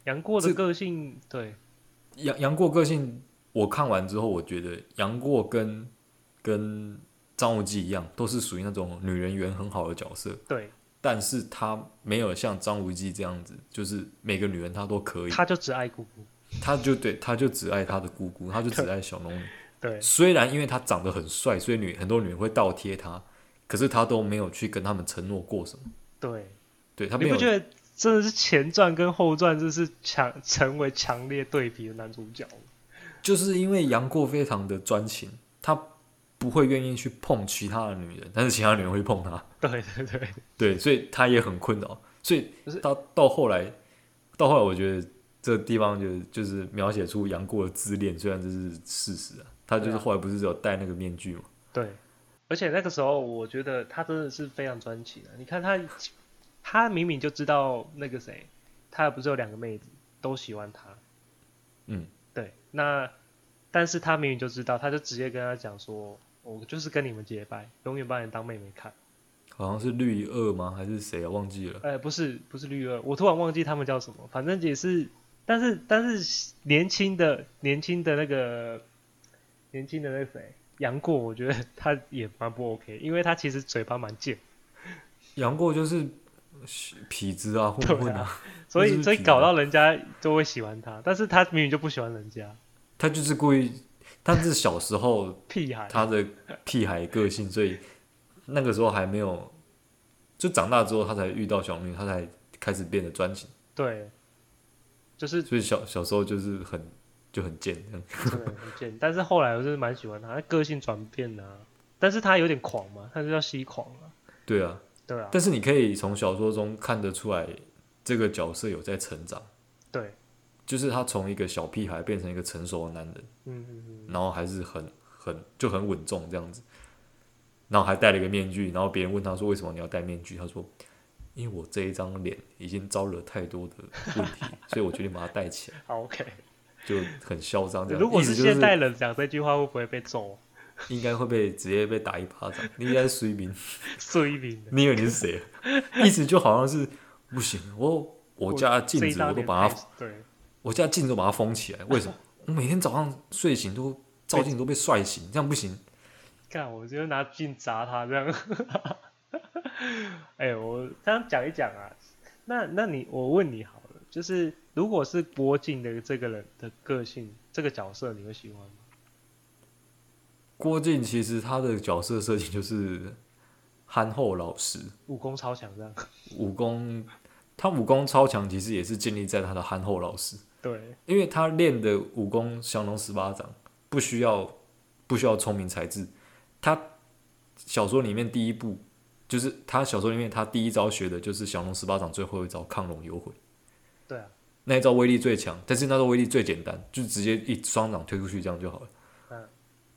[SPEAKER 1] 杨过的
[SPEAKER 2] 这
[SPEAKER 1] 个性对，
[SPEAKER 2] 杨杨过个性，我看完之后，我觉得杨过跟跟张无忌一样，都是属于那种女人缘很好的角色，
[SPEAKER 1] 对，
[SPEAKER 2] 但是他没有像张无忌这样子，就是每个女人他都可以，
[SPEAKER 1] 他就只爱姑姑，
[SPEAKER 2] 他就对，他就只爱他的姑姑，他就只爱小龙女。
[SPEAKER 1] 对，
[SPEAKER 2] 虽然因为他长得很帅，所以女很多女人会倒贴他，可是他都没有去跟他们承诺过什么。
[SPEAKER 1] 对，
[SPEAKER 2] 对他
[SPEAKER 1] 你
[SPEAKER 2] 没
[SPEAKER 1] 不
[SPEAKER 2] 有，
[SPEAKER 1] 觉得真的是前传跟后传这是强成为强烈对比的男主角吗？
[SPEAKER 2] 就是因为杨过非常的专情，他不会愿意去碰其他的女人，但是其他女人会碰他。
[SPEAKER 1] 对对对，
[SPEAKER 2] 对，所以他也很困扰。所以
[SPEAKER 1] 可是
[SPEAKER 2] 到到后来，到后来，我觉得这地方就就是描写出杨过的自恋，虽然这是事实啊，他就是
[SPEAKER 1] 对啊
[SPEAKER 2] 后来不是有戴那个面具嘛？
[SPEAKER 1] 对，而且那个时候我觉得他真的是非常专情啊！你看他，他明明就知道那个谁，他不是有两个妹子都喜欢他，
[SPEAKER 2] 嗯，
[SPEAKER 1] 对，那但是他明明就知道，他就直接跟他讲说：“我就是跟你们结拜，永远把你当妹妹看。
[SPEAKER 2] 好像是绿二吗？还是谁啊？忘记了”。
[SPEAKER 1] 呃，不是不是绿二，我突然忘记他们叫什么，反正也是，但是但是年轻的年轻的那个年轻的那个谁杨过，我觉得他也蛮不 OK，因为他其实嘴巴蛮贱的。
[SPEAKER 2] 杨过就是痞子啊，混
[SPEAKER 1] 对
[SPEAKER 2] 混啊，
[SPEAKER 1] 啊所
[SPEAKER 2] 就
[SPEAKER 1] 以
[SPEAKER 2] 是
[SPEAKER 1] 所以
[SPEAKER 2] 痞
[SPEAKER 1] 搞
[SPEAKER 2] 啊
[SPEAKER 1] 到人家就会喜欢他，但是他明明就不喜欢人家，
[SPEAKER 2] 他就是故意。但是小时候
[SPEAKER 1] 屁孩。
[SPEAKER 2] 他的屁孩个性，所以那个时候还没有，就长大之后他才遇到小龙女，他才开始变得专情。
[SPEAKER 1] 对，就是
[SPEAKER 2] 所以小小时候就是很就很贱这样。
[SPEAKER 1] 真的很贱，但是后来我就是蛮喜欢他，他个性转变啊，但是他有点狂嘛，他就叫吸狂啊，
[SPEAKER 2] 对啊，
[SPEAKER 1] 对啊，
[SPEAKER 2] 但是你可以从小说中看得出来，这个角色有在成长，
[SPEAKER 1] 对，
[SPEAKER 2] 就是他从一个小屁孩变成一个成熟的男人，
[SPEAKER 1] 嗯嗯嗯，
[SPEAKER 2] 然后还是很很就很稳重这样子，然后还戴了一个面具，然后别人问他说为什么你要戴面具，他说。因为我这一张脸已经招惹太多的问题， 所以我决定把它戴起来，
[SPEAKER 1] 好 OK。
[SPEAKER 2] 就很嚣张这样。
[SPEAKER 1] 如果
[SPEAKER 2] 意思
[SPEAKER 1] 是
[SPEAKER 2] 就
[SPEAKER 1] 现代人讲这句话，会不会被揍啊？
[SPEAKER 2] 应该会被直接被打一巴掌，你应该是水兵。
[SPEAKER 1] 碎名的，
[SPEAKER 2] 你以为你是谁？意思就好像是不行，我我家的
[SPEAKER 1] 这
[SPEAKER 2] 镜
[SPEAKER 1] 一
[SPEAKER 2] 子
[SPEAKER 1] 张
[SPEAKER 2] 我都
[SPEAKER 1] 脸
[SPEAKER 2] 把
[SPEAKER 1] 太
[SPEAKER 2] 它，
[SPEAKER 1] 对
[SPEAKER 2] 我家的镜子都把它封起来。为什么？我每天早上睡醒都照镜都被帅醒，这样不行。
[SPEAKER 1] 干，我就拿劲砸他这样。 哎、我这样讲一讲啊，那那你我问你好了，就是如果是郭靖的这个人的个性，这个角色你会喜欢吗？
[SPEAKER 2] 郭靖其实他的角色设计就是憨厚老实，
[SPEAKER 1] 武功超强这样？
[SPEAKER 2] 武功他武功超强，其实也是建立在他的憨厚老实，
[SPEAKER 1] 对
[SPEAKER 2] 因为他练的武功降龙十八掌不需要不需要聪明才智，他小说里面第一部就是他小说里面他第一招学的就是降龙十八掌最后一招亢龙有悔，
[SPEAKER 1] 对啊，
[SPEAKER 2] 那一招威力最强，但是那招威力最简单，就直接一双掌推出去这样就好了。
[SPEAKER 1] 嗯，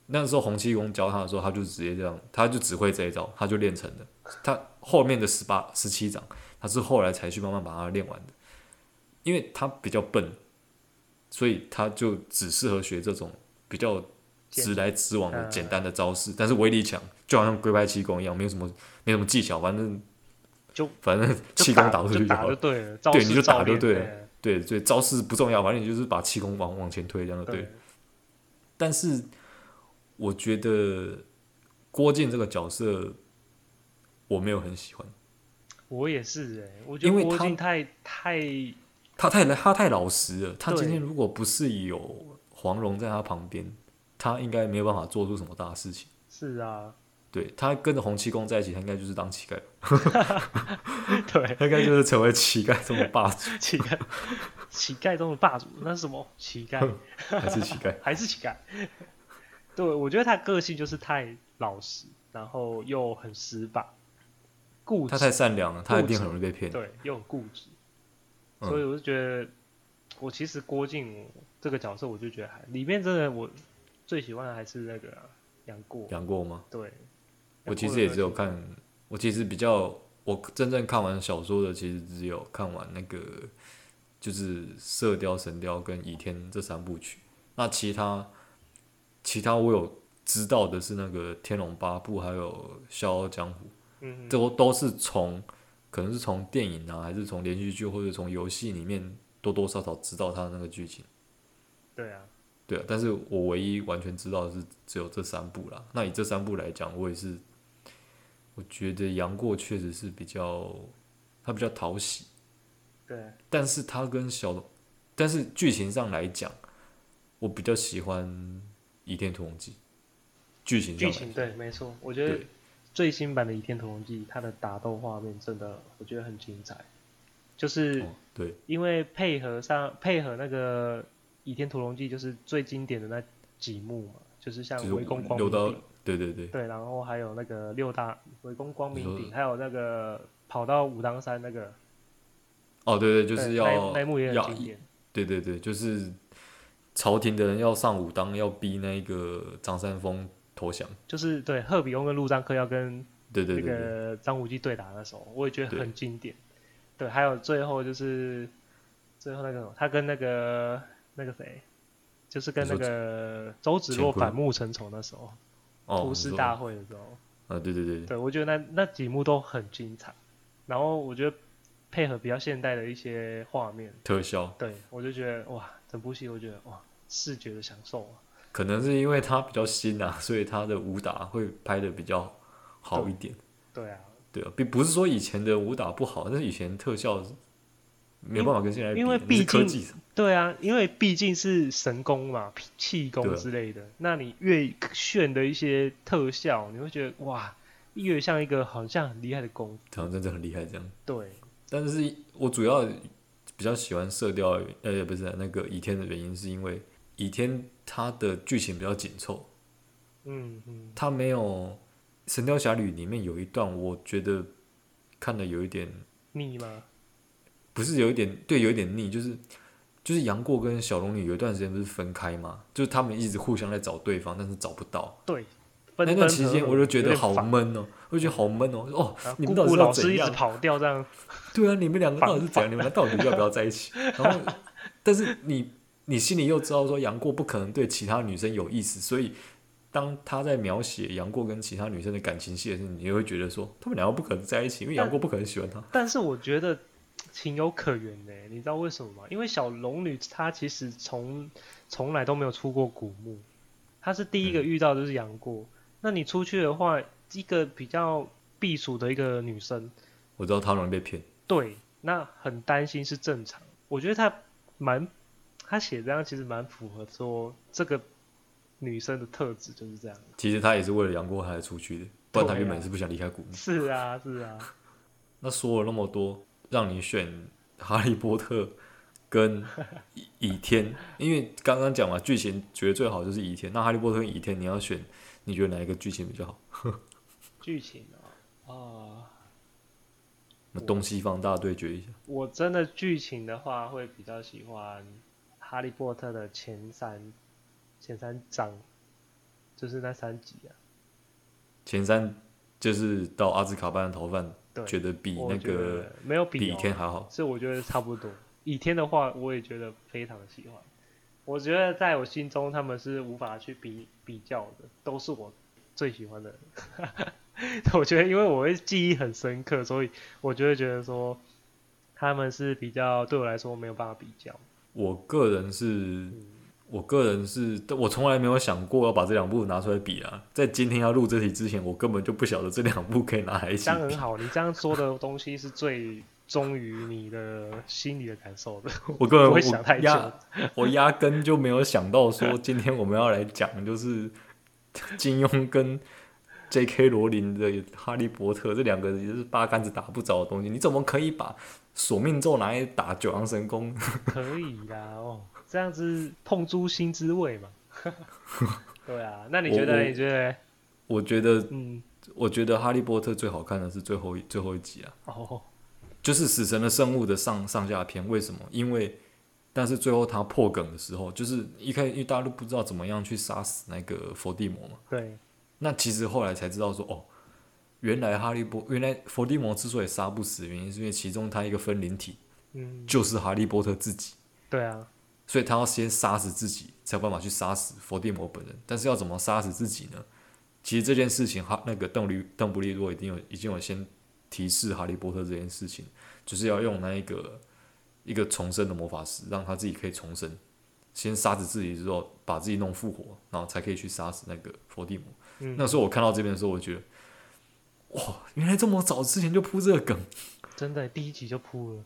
[SPEAKER 2] 那时候洪七公教他的时候，他就直接这样，他就只会这一招，他就练成了。他后面的十八、十七掌，他是后来才去慢慢把它练完的，因为他比较笨，所以他就只适合学这种比较直来直往的
[SPEAKER 1] 嗯
[SPEAKER 2] 简单的招式，但是威力强，就好像龟派气功一样，没有什么没什么技巧，反正
[SPEAKER 1] 就
[SPEAKER 2] 反正
[SPEAKER 1] 就
[SPEAKER 2] 气功
[SPEAKER 1] 打
[SPEAKER 2] 打出去
[SPEAKER 1] 就
[SPEAKER 2] 就
[SPEAKER 1] 打
[SPEAKER 2] 好
[SPEAKER 1] 就
[SPEAKER 2] 了。
[SPEAKER 1] 对了，招
[SPEAKER 2] 对
[SPEAKER 1] 式
[SPEAKER 2] 你就打
[SPEAKER 1] 照
[SPEAKER 2] 就
[SPEAKER 1] 练
[SPEAKER 2] 对了对对，招式不重要，反正你就是把气功往往前推这样就
[SPEAKER 1] 对
[SPEAKER 2] 哦对了。但是我觉得郭靖这个角色我没有很喜欢，
[SPEAKER 1] 我也是哎、我觉得
[SPEAKER 2] 因为
[SPEAKER 1] 郭
[SPEAKER 2] 他
[SPEAKER 1] 靖太太
[SPEAKER 2] 他太他太老实了。他
[SPEAKER 1] 对
[SPEAKER 2] 今天如果不是有黄蓉在他旁边，他应该没有办法做出什么大事情。
[SPEAKER 1] 是啊，
[SPEAKER 2] 对他跟着洪七公在一起，他应该就是当乞丐，
[SPEAKER 1] 对
[SPEAKER 2] 他应该就是成为乞丐中的霸主，
[SPEAKER 1] 乞丐乞丐中的霸主，那是什么乞丐？
[SPEAKER 2] 还是乞丐？
[SPEAKER 1] 还是乞丐。 对，我觉得他个性就是太老实，然后又很死板，固
[SPEAKER 2] 他
[SPEAKER 1] 执，
[SPEAKER 2] 太善良了，他一定很容易被骗。
[SPEAKER 1] 对，又很固执。
[SPEAKER 2] 嗯
[SPEAKER 1] 所以我就觉得，我其实郭靖这个角色，我就觉得还里面真的我最喜欢的还是那个啊杨过。
[SPEAKER 2] 杨过吗？
[SPEAKER 1] 对，
[SPEAKER 2] 我
[SPEAKER 1] 杨
[SPEAKER 2] 其
[SPEAKER 1] 过
[SPEAKER 2] 实
[SPEAKER 1] 的
[SPEAKER 2] 也
[SPEAKER 1] 个
[SPEAKER 2] 只有
[SPEAKER 1] 性
[SPEAKER 2] 看，我其实比较，我真正看完小说的，其实只有看完那个，就是《射雕》《神雕》跟《倚天》这三部曲。那其他其他我有知道的是那个《天龙八部》还有《笑傲江湖》，
[SPEAKER 1] 嗯
[SPEAKER 2] 这都都是从可能是从电影啊，还是从连续剧或者从游戏里面多多少少知道它的那个剧情。
[SPEAKER 1] 对啊，
[SPEAKER 2] 对啊，但是我唯一完全知道的是只有这三部啦。那以这三部来讲，我也是，我觉得杨过确实是比较，他比较讨喜，
[SPEAKER 1] 对，啊
[SPEAKER 2] 但是他跟小，但是剧情上来讲，我比较喜欢《倚天屠龙记》，剧情上
[SPEAKER 1] 剧
[SPEAKER 2] 来
[SPEAKER 1] 情
[SPEAKER 2] 讲
[SPEAKER 1] 对，没错，我觉得
[SPEAKER 2] 对
[SPEAKER 1] 最新版的《倚天屠龙记》它的打斗画面真的我觉得很精彩，就是
[SPEAKER 2] 哦对
[SPEAKER 1] 因为配合上配合那个《倚天屠龙记》就是最经典的那几幕嘛，就是像
[SPEAKER 2] 就是
[SPEAKER 1] 围攻光
[SPEAKER 2] 留
[SPEAKER 1] 明
[SPEAKER 2] 到
[SPEAKER 1] 顶，
[SPEAKER 2] 对对对，
[SPEAKER 1] 对，然后还有那个六大围攻光明
[SPEAKER 2] 你
[SPEAKER 1] 顶，
[SPEAKER 2] 说
[SPEAKER 1] 还有那个跑到武当山那个，
[SPEAKER 2] 哦对对，就
[SPEAKER 1] 对
[SPEAKER 2] 是
[SPEAKER 1] 那一
[SPEAKER 2] 要
[SPEAKER 1] 那一幕也
[SPEAKER 2] 要
[SPEAKER 1] 很经典，
[SPEAKER 2] 对对对，就是朝廷的人要上武当，要逼那个张三丰投降。
[SPEAKER 1] 就是对赫比翁跟陆章科要跟
[SPEAKER 2] 对对
[SPEAKER 1] 那
[SPEAKER 2] 对对。
[SPEAKER 1] 个张无忌对打那时候，我也觉得
[SPEAKER 2] 对
[SPEAKER 1] 很经典。对，还有最后就是最后那个什么他跟那个那个谁，就是跟那
[SPEAKER 2] 你说
[SPEAKER 1] 个周芷若
[SPEAKER 2] 乾坤
[SPEAKER 1] 反目成仇那时候，
[SPEAKER 2] 哦，
[SPEAKER 1] 屠
[SPEAKER 2] 你
[SPEAKER 1] 师
[SPEAKER 2] 说
[SPEAKER 1] 大会的时候，
[SPEAKER 2] 啊，对对对，
[SPEAKER 1] 对我觉得那那几幕都很精彩。然后我觉得配合比较现代的一些画面，
[SPEAKER 2] 特效
[SPEAKER 1] 对我就觉得哇，整部戏我觉得哇，视觉的享受啊。
[SPEAKER 2] 可能是因为它比较新啊， 所以它的武打会拍的比较好一点，
[SPEAKER 1] 对啊，
[SPEAKER 2] 对啊，并不是说以前的武打不好，但是以前特效是没有办法跟现在比，
[SPEAKER 1] 因为
[SPEAKER 2] 那是
[SPEAKER 1] 毕
[SPEAKER 2] 科
[SPEAKER 1] 竟
[SPEAKER 2] 技
[SPEAKER 1] 对啊，因为毕竟是神功嘛，气气功
[SPEAKER 2] 对
[SPEAKER 1] 之类的，那你越炫的一些特效，你会觉得哇，越像一个好像很厉害的功夫。
[SPEAKER 2] 好像真的很厉害这样。
[SPEAKER 1] 对，
[SPEAKER 2] 但是我主要比较喜欢《射雕》，呃，不是那个《倚天》的原因，是因为《倚天》它的剧情比较紧凑，
[SPEAKER 1] 嗯嗯，
[SPEAKER 2] 它没有《神雕侠侣》里面有一段，我觉得看的有一点
[SPEAKER 1] 腻吗？
[SPEAKER 2] 不是有一点对，有一点腻，就是就是杨过跟小龙女有一段时间不是分开吗？就是他们一直互相在找对方，但是找不到。
[SPEAKER 1] 对，分
[SPEAKER 2] 那
[SPEAKER 1] 分
[SPEAKER 2] 段期
[SPEAKER 1] 合
[SPEAKER 2] 间
[SPEAKER 1] 合
[SPEAKER 2] 我就觉
[SPEAKER 1] 有
[SPEAKER 2] 得
[SPEAKER 1] 点
[SPEAKER 2] 好
[SPEAKER 1] 烦
[SPEAKER 2] 闷哦，我就觉得好闷哦。哦，
[SPEAKER 1] 然后
[SPEAKER 2] 你们
[SPEAKER 1] 姑姑
[SPEAKER 2] 到底是要
[SPEAKER 1] 老师
[SPEAKER 2] 怎
[SPEAKER 1] 一直
[SPEAKER 2] 样？
[SPEAKER 1] 跑掉这样，
[SPEAKER 2] 对啊，你们两个
[SPEAKER 1] 烦
[SPEAKER 2] 到底是怎样？你们到底要不要在一起？然后，但是你你心里又知道说杨过不可能对其他女生有意思，所以当他在描写杨过跟其他女生的感情戏的时候，你就会觉得说他们两个不可能在一起，因为杨过不可能喜欢他。
[SPEAKER 1] 但是我觉得情有可原呢、欸你知道为什么吗？因为小龙女她其实从从来都没有出过古墓，她是第一个遇到的就是杨过。那你出去的话，一个比较避暑的一个女生，
[SPEAKER 2] 我知道他容易被骗。
[SPEAKER 1] 对，那很担心是正常。我觉得她蛮，她写这样其实蛮符合说这个女生的特质就是这样。
[SPEAKER 2] 其实他也是为了杨过才出去的，不然他
[SPEAKER 1] 对啊
[SPEAKER 2] 原本是不想离开古墓。
[SPEAKER 1] 是啊，是啊，
[SPEAKER 2] 那说了那么多，让你选《哈利波特》跟 《倚倚天》，因为刚刚讲嘛，剧情觉得最好就是《倚天》。那《哈利波特》跟《倚天》，你要选，你觉得哪一个剧情比较好？
[SPEAKER 1] 剧情啊，哦。
[SPEAKER 2] 那东西方大对决一下，
[SPEAKER 1] 我真的剧情的话，会比较喜欢《哈利波特》的前三前三章，就是那三集啊。
[SPEAKER 2] 前三就是到阿兹卡班的逃犯，
[SPEAKER 1] 对，
[SPEAKER 2] 觉得比
[SPEAKER 1] 我
[SPEAKER 2] 那
[SPEAKER 1] 觉
[SPEAKER 2] 个
[SPEAKER 1] 得没有
[SPEAKER 2] 比
[SPEAKER 1] 比、哦
[SPEAKER 2] 《倚天》，还好。
[SPEAKER 1] 所以我觉得差不多。倚天的话，我也觉得非常喜欢。我觉得在我心中，他们是无法去比比较的，都是我最喜欢的。 我觉得，因为我会记忆很深刻，所以我就会觉得说，他们是比较对我来说没有办法比较。
[SPEAKER 2] 我个人是，我个人是，但我从来没有想过要把这两部拿出来比啊。在今天要录这题之前，我根本就不晓得这两部可以拿来一起
[SPEAKER 1] 这样很
[SPEAKER 2] 比，
[SPEAKER 1] 好，你这样说的东西是最忠于你的心理的感受的，
[SPEAKER 2] 我根本
[SPEAKER 1] 不会想太
[SPEAKER 2] 我
[SPEAKER 1] 久
[SPEAKER 2] 压我压根就没有想到说今天我们要来讲就是 金庸跟 J.K. 罗琳的《哈利波特》这两个也是八竿子打不着的东西，你怎么可以把索命咒拿来打九阳神功？
[SPEAKER 1] 可以啦哦，这样子碰出心滋味 嘛。对啊，那你觉得呢？
[SPEAKER 2] 我我
[SPEAKER 1] 你觉得呢？
[SPEAKER 2] 我觉得，
[SPEAKER 1] 嗯，
[SPEAKER 2] 我觉得《哈利波特》最好看的是最后一最后一集啊。
[SPEAKER 1] 哦，
[SPEAKER 2] 就是《死神的圣物》的上上下篇，为什么？因为但是最后他破梗的时候，就是一开始因为大陆不知道怎么样去杀死那个伏地魔嘛，
[SPEAKER 1] 对，
[SPEAKER 2] 那其实后来才知道说，哦，原来哈利波原来伏地魔之所以杀不死，原因是因为其中他一个分灵体
[SPEAKER 1] 嗯，
[SPEAKER 2] 就是哈利波特自己，
[SPEAKER 1] 对啊，
[SPEAKER 2] 所以他要先杀死自己，才有办法去杀死伏地魔本人。但是要怎么杀死自己呢？其实这件事情，哈，那个邓利邓布利多已经有已经有先提示哈利波特这件事情，就是要用那一个一个重生的魔法石，让他自己可以重生，先杀死自己之后，把自己弄复活，然后才可以去杀死那个伏地魔。
[SPEAKER 1] 嗯
[SPEAKER 2] 那时候我看到这边的时候，我觉得，哇，原来这么早之前就铺这个梗，
[SPEAKER 1] 真的第一集就扑了，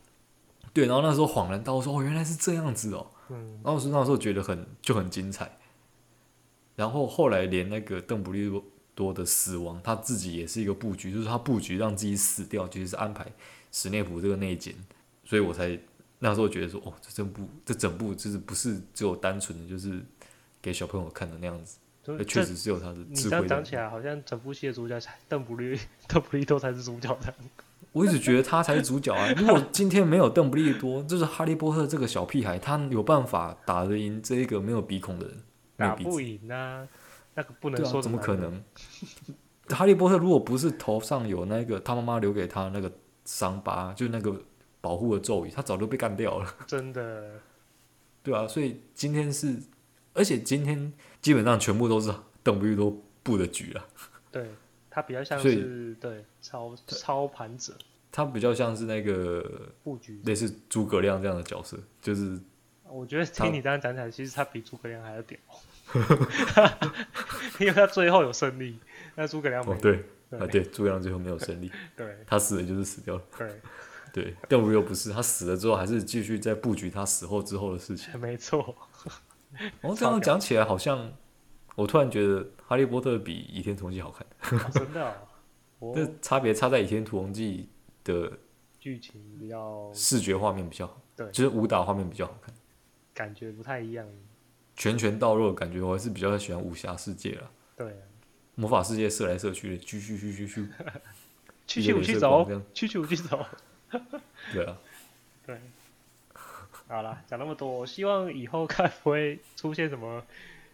[SPEAKER 2] 对。然后那时候恍然大悟，说哦，原来是这样子哦。
[SPEAKER 1] 嗯，
[SPEAKER 2] 然后是那时候觉得很就很精彩。然后后来连那个邓布利多的死亡，他自己也是一个布局，就是他布局让自己死掉，其实是安排史内普这个内奸，所以我才那时候觉得说，哦，这整部这整部就是不是只有单纯的就是给小朋友看的那样子，
[SPEAKER 1] 就
[SPEAKER 2] 那哎确
[SPEAKER 1] 嗯这
[SPEAKER 2] 实是有他的
[SPEAKER 1] 你
[SPEAKER 2] 智
[SPEAKER 1] 这样
[SPEAKER 2] 慧
[SPEAKER 1] 讲
[SPEAKER 2] 的。
[SPEAKER 1] 起来，好像整部戏的主角才邓布 利邓布利多才是主角的，
[SPEAKER 2] 我一直觉得他才是主角啊！如果今天没有邓布利多，就是哈利波特这个小屁孩，他有办法打得赢这一个没有鼻孔的人，没有
[SPEAKER 1] 打
[SPEAKER 2] 鼻子
[SPEAKER 1] 不。赢啊，那个不能
[SPEAKER 2] 对
[SPEAKER 1] 说、
[SPEAKER 2] 啊，怎么可？能？哈利波特如果不是头上有那个他妈妈留给他那个伤疤，就那个保护的咒语，他早就被干掉了，
[SPEAKER 1] 真的，
[SPEAKER 2] 对啊，所以今天是，而且今天基本上全部都是邓布利多布的局啊了，
[SPEAKER 1] 对他比较像
[SPEAKER 2] 所以
[SPEAKER 1] 是对操操盘者
[SPEAKER 2] 他比较像是那个
[SPEAKER 1] 布局者，
[SPEAKER 2] 类似诸葛亮这样的角色，就是
[SPEAKER 1] 我觉得
[SPEAKER 2] 他
[SPEAKER 1] 听你这样讲起来，其实他比诸葛亮还要 屌， 因为他最后有胜利，那诸葛亮没
[SPEAKER 2] 哦
[SPEAKER 1] 有，
[SPEAKER 2] 对
[SPEAKER 1] 对
[SPEAKER 2] 啊对，诸葛亮最后没有胜利，
[SPEAKER 1] 对
[SPEAKER 2] 他死了就是死掉了，
[SPEAKER 1] 对，
[SPEAKER 2] 对，邓布利多不是，他死了之后还是继续在布局他死后之后的事情。
[SPEAKER 1] 没错，
[SPEAKER 2] 哦，这样讲起来好像，我突然觉得《哈利波特》比《倚天屠龙记》好看，
[SPEAKER 1] 哦真的哦、 我
[SPEAKER 2] 但差别差在《倚天屠龙记》的
[SPEAKER 1] 剧情比较
[SPEAKER 2] 视觉画面比较好，
[SPEAKER 1] 对
[SPEAKER 2] 就是武打画面比较好看，
[SPEAKER 1] 感觉不太一样，
[SPEAKER 2] 拳拳到肉的感觉，我还是比较喜欢武侠世界啦。
[SPEAKER 1] 对啊，
[SPEAKER 2] 魔法世界射来射去的，咻咻咻咻咻，
[SPEAKER 1] 去
[SPEAKER 2] 一
[SPEAKER 1] 去
[SPEAKER 2] 个
[SPEAKER 1] 武
[SPEAKER 2] 镭
[SPEAKER 1] 器
[SPEAKER 2] 射
[SPEAKER 1] 走
[SPEAKER 2] 光这样，
[SPEAKER 1] 去去武器走。
[SPEAKER 2] 对啊，
[SPEAKER 1] 对，好啦，讲那么多，我希望以后看不会出现什么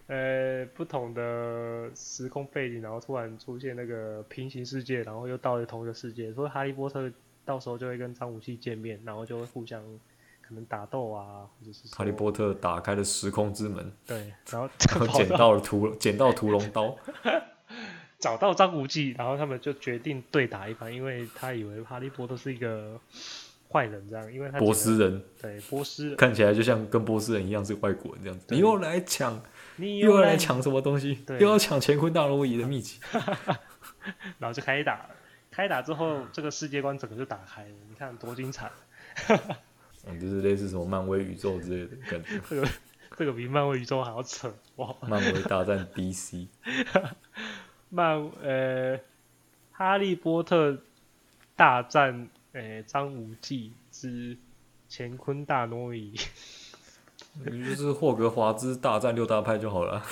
[SPEAKER 1] 呃不同的时空背景，然后突然出现那个平行世界，然后又到了同一个世界，所以哈利波特到时候就会跟张无忌见面，然后就会互相可能打斗啊，或者是
[SPEAKER 2] 《哈利
[SPEAKER 1] 说
[SPEAKER 2] 波特》打开了时空之门，
[SPEAKER 1] 对，然后
[SPEAKER 2] 然 后
[SPEAKER 1] 跑
[SPEAKER 2] 捡
[SPEAKER 1] 到
[SPEAKER 2] 到了屠捡到屠龙刀，
[SPEAKER 1] 找到张无忌，然后他们就决定对打一番，因为他以为哈利波特是一个坏人，这样，因为他
[SPEAKER 2] 波
[SPEAKER 1] 觉得
[SPEAKER 2] 斯人
[SPEAKER 1] 对波斯人，
[SPEAKER 2] 看起来就像跟波斯人一样是外国人这样子，
[SPEAKER 1] 对
[SPEAKER 2] 你又来抢，
[SPEAKER 1] 你
[SPEAKER 2] 又要
[SPEAKER 1] 又
[SPEAKER 2] 来抢什么东西，
[SPEAKER 1] 对
[SPEAKER 2] 又要抢乾坤大挪移的秘籍。
[SPEAKER 1] 然后就开打了。开打之后，这个世界观整个就打开了，你看多精彩！
[SPEAKER 2] 嗯，就是类似什么漫威宇宙之类的感觉，
[SPEAKER 1] 这个比漫威宇宙还要扯哇！
[SPEAKER 2] 漫威大战 DC，
[SPEAKER 1] 漫呃，哈利波特大战呃张无忌之乾坤大挪移，
[SPEAKER 2] 就是霍格华兹大战六大派就好了。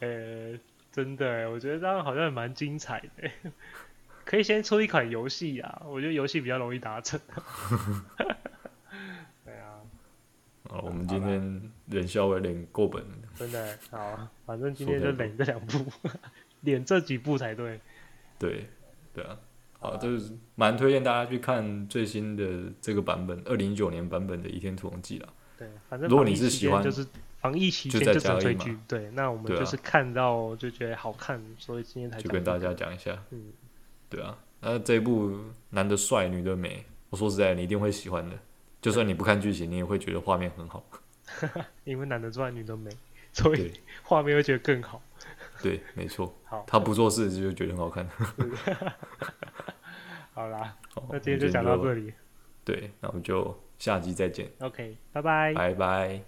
[SPEAKER 1] 呃，真的欸，我觉得这样好像也蛮精彩的 欸。可以先出一款游戏啊，我觉得游戏比较容易达成。 对啊，
[SPEAKER 2] 啊，我们今天人稍微有点过本了，
[SPEAKER 1] 真的欸好，反正今
[SPEAKER 2] 说
[SPEAKER 1] 天
[SPEAKER 2] 太
[SPEAKER 1] 就
[SPEAKER 2] 多
[SPEAKER 1] 冷这两部， 演这几部才对。
[SPEAKER 2] 对，对啊，好，就是蛮推荐大家去看最新的这个版本，二零一九年版本的《倚天屠龙记》啦。
[SPEAKER 1] 对，反正
[SPEAKER 2] 如果
[SPEAKER 1] 防
[SPEAKER 2] 你
[SPEAKER 1] 疫
[SPEAKER 2] 是
[SPEAKER 1] 期
[SPEAKER 2] 喜
[SPEAKER 1] 间
[SPEAKER 2] 欢
[SPEAKER 1] 就是防疫期
[SPEAKER 2] 就
[SPEAKER 1] 间
[SPEAKER 2] 在
[SPEAKER 1] 就只
[SPEAKER 2] 家
[SPEAKER 1] 能
[SPEAKER 2] 而
[SPEAKER 1] 追
[SPEAKER 2] 已嘛
[SPEAKER 1] 剧，对，那我们
[SPEAKER 2] 对
[SPEAKER 1] 就
[SPEAKER 2] 啊
[SPEAKER 1] 是看到就觉得好看，所以今天才
[SPEAKER 2] 就
[SPEAKER 1] 讲
[SPEAKER 2] 跟大家讲一下，
[SPEAKER 1] 嗯，
[SPEAKER 2] 对啊，那这一部男的帅，女的美，我说实在，你一定会喜欢的。就算你不看剧情，你也会觉得画面很好。
[SPEAKER 1] 因为男的帅，女的美，所以
[SPEAKER 2] 对
[SPEAKER 1] 画面会觉得更好。
[SPEAKER 2] 对，没错，
[SPEAKER 1] 好，
[SPEAKER 2] 他不做事就觉得很好看。
[SPEAKER 1] 好啦，
[SPEAKER 2] 好
[SPEAKER 1] 那今天就讲到这里
[SPEAKER 2] 对，那我们就下集再见，
[SPEAKER 1] ，OK，拜拜。
[SPEAKER 2] 拜拜。